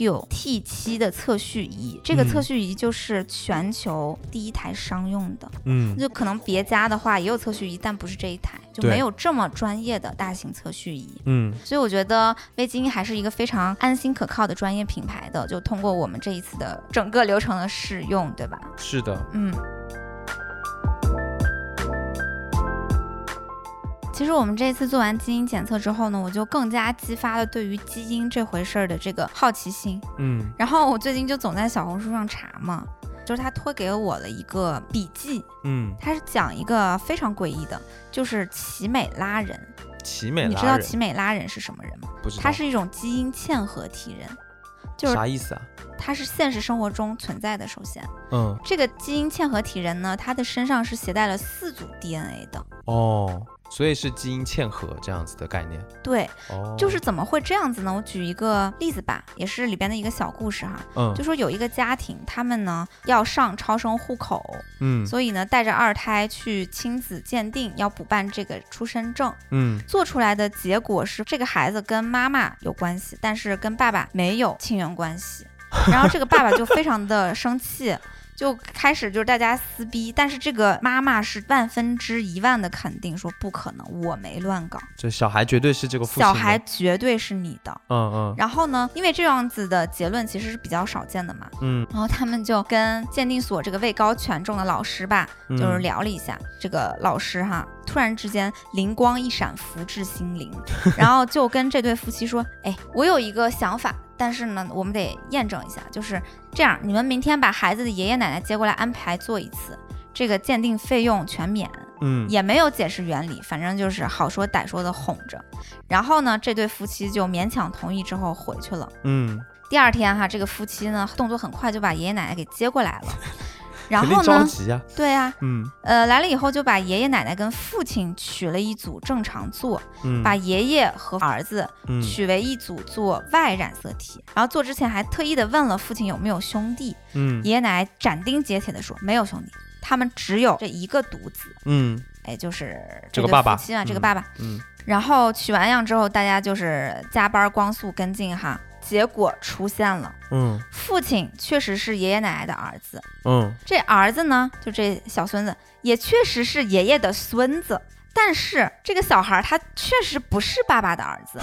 Speaker 1: E T 7的测序仪，这个
Speaker 4: 嗯
Speaker 1: 测序仪就是全球第一台商用的。
Speaker 4: 嗯
Speaker 1: 就可能别家的话也有测序仪，但不是这一台，就
Speaker 4: 对
Speaker 1: 没有这么专业的大型测序仪。
Speaker 4: 嗯
Speaker 1: 所以我觉得微基因还是一个非常安心可靠的专业品牌的。就通过我们这一次的整个流程的试用，对吧？
Speaker 4: 是的，
Speaker 1: 嗯。其实我们这次做完基因检测之后呢，我就更加激发了对于基因这回事儿的这个好奇心。
Speaker 4: 嗯
Speaker 1: 然后我最近就总在小红书上查嘛，就是他推给我了一个笔记，
Speaker 4: 嗯，
Speaker 1: 它是讲一个非常诡异的，就是奇美拉人。
Speaker 2: 嗯
Speaker 4: 奇美
Speaker 1: 你
Speaker 4: 拉
Speaker 1: 知道
Speaker 4: 人
Speaker 1: 奇美拉人是什么人吗？
Speaker 4: 不知道
Speaker 1: 它是一种基因嵌合体人，就是
Speaker 4: 啥意思啊？
Speaker 1: 它是现实生活中存在的。首先，
Speaker 4: 嗯
Speaker 1: 这个基因嵌合体人呢，他的身上是携带了四组 DNA 的。
Speaker 4: 哦，所以是基因嵌合这样子的概念
Speaker 1: 对，
Speaker 4: 哦，
Speaker 1: 就是怎么会这样子呢？我举一个例子吧，也是里边的一个小故事哈。
Speaker 4: 嗯
Speaker 1: 就说有一个家庭，他们呢要上超生户口，
Speaker 4: 嗯
Speaker 1: 所以呢带着二胎去亲子鉴定，要补办这个出生证。
Speaker 4: 嗯
Speaker 1: 做出来的结果是这个孩子跟妈妈有关系，但是跟爸爸没有亲缘关系。然后这个爸爸就非常的生气，就开始就是大家撕逼，但是这个妈妈是万分之一万的肯定说不可能，我没乱搞，
Speaker 4: 这小孩绝对是这个父亲的
Speaker 1: 小孩绝对是你的。
Speaker 4: 嗯嗯
Speaker 1: 然后呢，因为这样子的结论其实是比较少见的嘛，
Speaker 4: 嗯
Speaker 1: 然后他们就跟鉴定所这个位高权重的老师吧，
Speaker 4: 嗯，
Speaker 1: 就是聊了一下。这个老师哈，突然之间灵光一闪，福至 心灵，然后就跟这对夫妻说：“哎，我有一个想法，但是呢，我们得验证一下，就是这样，你们明天把孩子的爷爷奶奶接过来安排做一次，这个鉴定费用全免。”
Speaker 4: 嗯
Speaker 1: 也没有解释原理，反正就是好说歹说的哄着。然后呢，这对夫妻就勉强同意之后回去了。
Speaker 4: 嗯，
Speaker 1: 第二天哈，这个夫妻呢动作很快就把爷爷奶奶给接过 来了。然
Speaker 4: 肯定
Speaker 1: 后
Speaker 4: 着
Speaker 1: 呢？
Speaker 4: 急啊，
Speaker 1: 对啊，
Speaker 4: 嗯
Speaker 1: 呃，来了以后就把爷爷奶奶跟父亲取了一组正常座，
Speaker 4: 嗯，
Speaker 1: 把爷爷和儿子
Speaker 4: 嗯
Speaker 1: 取为一组做外染色体。然后做之前还特意的问了父亲有没有兄弟，
Speaker 4: 嗯
Speaker 1: 爷爷奶奶斩钉截铁的说没有兄弟，他们只有这一个独子，
Speaker 4: 嗯
Speaker 1: 哎，就是
Speaker 4: 这个
Speaker 1: 对
Speaker 4: 爸爸
Speaker 1: 夫妻嘛，这个
Speaker 4: 嗯
Speaker 1: 爸爸。
Speaker 4: 嗯
Speaker 1: 然后取完样之后，大家就是加班光速跟进哈，结果出现了，
Speaker 4: 嗯
Speaker 1: 父亲确实是爷爷奶奶的儿子，
Speaker 4: 嗯
Speaker 1: 这儿子呢，就这小孙子，也确实是爷爷的孙子，但是这个小孩儿他确实不是爸爸的儿子。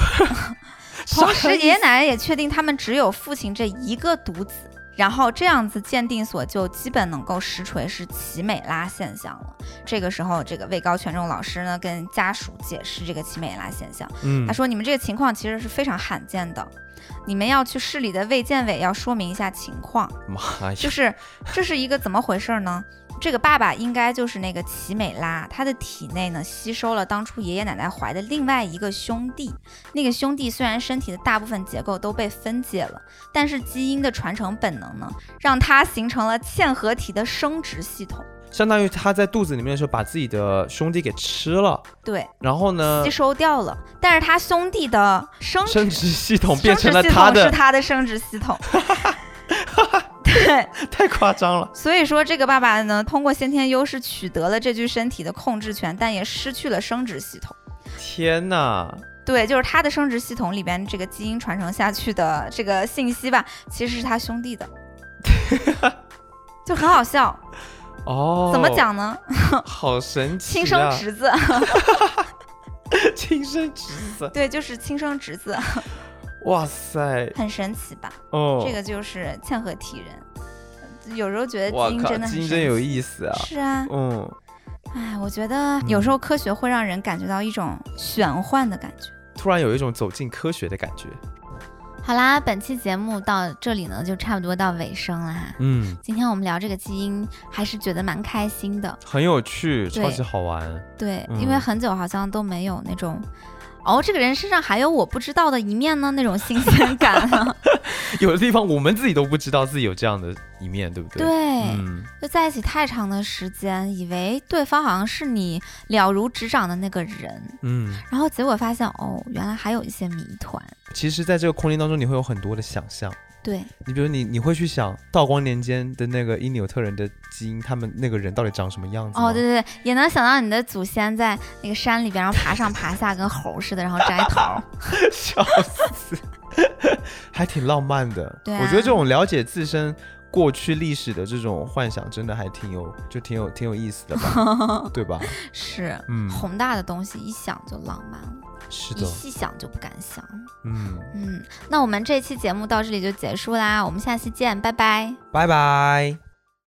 Speaker 1: 同时，爷爷奶奶也确定他们只有父亲这一个独子。然后这样子，鉴定所就基本能够实锤是奇美拉现象了。这个时候，这个位高权重老师呢跟家属解释这个奇美拉现象，
Speaker 4: 嗯
Speaker 1: 他说：“你们这个情况其实是非常罕见的，你们要去市里的卫健委要说明一下情况。”
Speaker 4: 妈呀，
Speaker 1: 就是这是一个怎么回事儿呢？这个爸爸应该就是那个奇美拉，他的体内呢吸收了当初爷爷奶奶怀的另外一个兄弟。那个兄弟虽然身体的大部分结构都被分解了，但是基因的传承本能呢，让它形成了嵌合体的生殖系统。
Speaker 4: 相当于他在肚子里面的时候把自己的兄弟给吃了，
Speaker 1: 对，
Speaker 4: 然后呢
Speaker 1: 吸，收掉了，但是他兄弟的生殖
Speaker 4: 生殖系统
Speaker 1: 生
Speaker 4: 变
Speaker 1: 殖
Speaker 4: 成了
Speaker 1: 系统
Speaker 4: 他
Speaker 1: 是
Speaker 4: 的，
Speaker 1: 他的生殖 系统。对，
Speaker 4: 太夸张了。
Speaker 1: 所以说，这个爸爸呢，通过先天优势取得了这具身体的控制权，但也失去了生殖系统。
Speaker 4: 天呐，
Speaker 1: 对，就是他的生殖系统里边这个基因传承下去的这个信息吧，其实是他兄 弟的，就很好笑。
Speaker 4: 哦，
Speaker 1: 怎么？讲呢？
Speaker 4: 好神奇、啊！
Speaker 1: 亲生，侄子，
Speaker 4: 亲生侄子，
Speaker 1: 对，就是亲生侄子，
Speaker 4: 哇塞，
Speaker 1: 很神奇吧？
Speaker 4: 哦，
Speaker 1: 这个就是嵌合体人。有时候觉得
Speaker 4: 哇
Speaker 1: 基因
Speaker 4: 靠
Speaker 1: 真的很
Speaker 4: 基因
Speaker 1: 神
Speaker 4: 真有
Speaker 1: 奇
Speaker 4: 意思啊。
Speaker 1: 是啊，
Speaker 4: 嗯，
Speaker 1: 哎，我觉得有时候科学会让人感觉到一种玄幻的感觉。
Speaker 4: 突然有一种走进科学的感觉。
Speaker 1: 好啦，本期节目到这里呢，就差不多到尾声啦。
Speaker 2: 嗯，
Speaker 1: 今天我们聊这个基因，还是觉得蛮开心的。
Speaker 2: 很有趣，
Speaker 1: 对
Speaker 2: 超级好玩。
Speaker 1: 对，
Speaker 2: 嗯
Speaker 1: 因为很久好像都没有那种，哦，这个人身上还有我不知道的一面呢，那种新鲜感啊 了。
Speaker 2: 有的地方我们自己都不知道自己有这样的一面，对不对？
Speaker 1: 对，
Speaker 2: 嗯，
Speaker 1: 就在一起太长的时间，以为对方好像是你了如指掌的那个人，
Speaker 2: 嗯，
Speaker 1: 然后结果发现哦，原来还有一些谜团。
Speaker 2: 其实，在这个空间当中，你会有很多的想象。
Speaker 1: 对，
Speaker 2: 你比如你，你会去想道光年间的那个因纽特人的基因，他们那个人到底长什么样子吗？
Speaker 1: 哦，对对对，也能想到你的祖先在那个山里边，然后爬上爬下，跟猴似的，然后摘桃。
Speaker 2: 笑死，还挺浪漫的。
Speaker 1: 对啊
Speaker 2: 我觉得这种了解自身过去历史的这种幻想，真的还挺有，就挺有挺有意思的 吧，对吧？
Speaker 1: 是，
Speaker 2: 嗯，
Speaker 1: 宏大的东西一想就浪漫了，
Speaker 2: 是
Speaker 1: 一
Speaker 2: 的，
Speaker 1: 细想就不敢想。
Speaker 2: 嗯，
Speaker 1: 嗯，那我们这期节目到这里就结束啦，我们下期见，拜拜。
Speaker 2: 拜拜。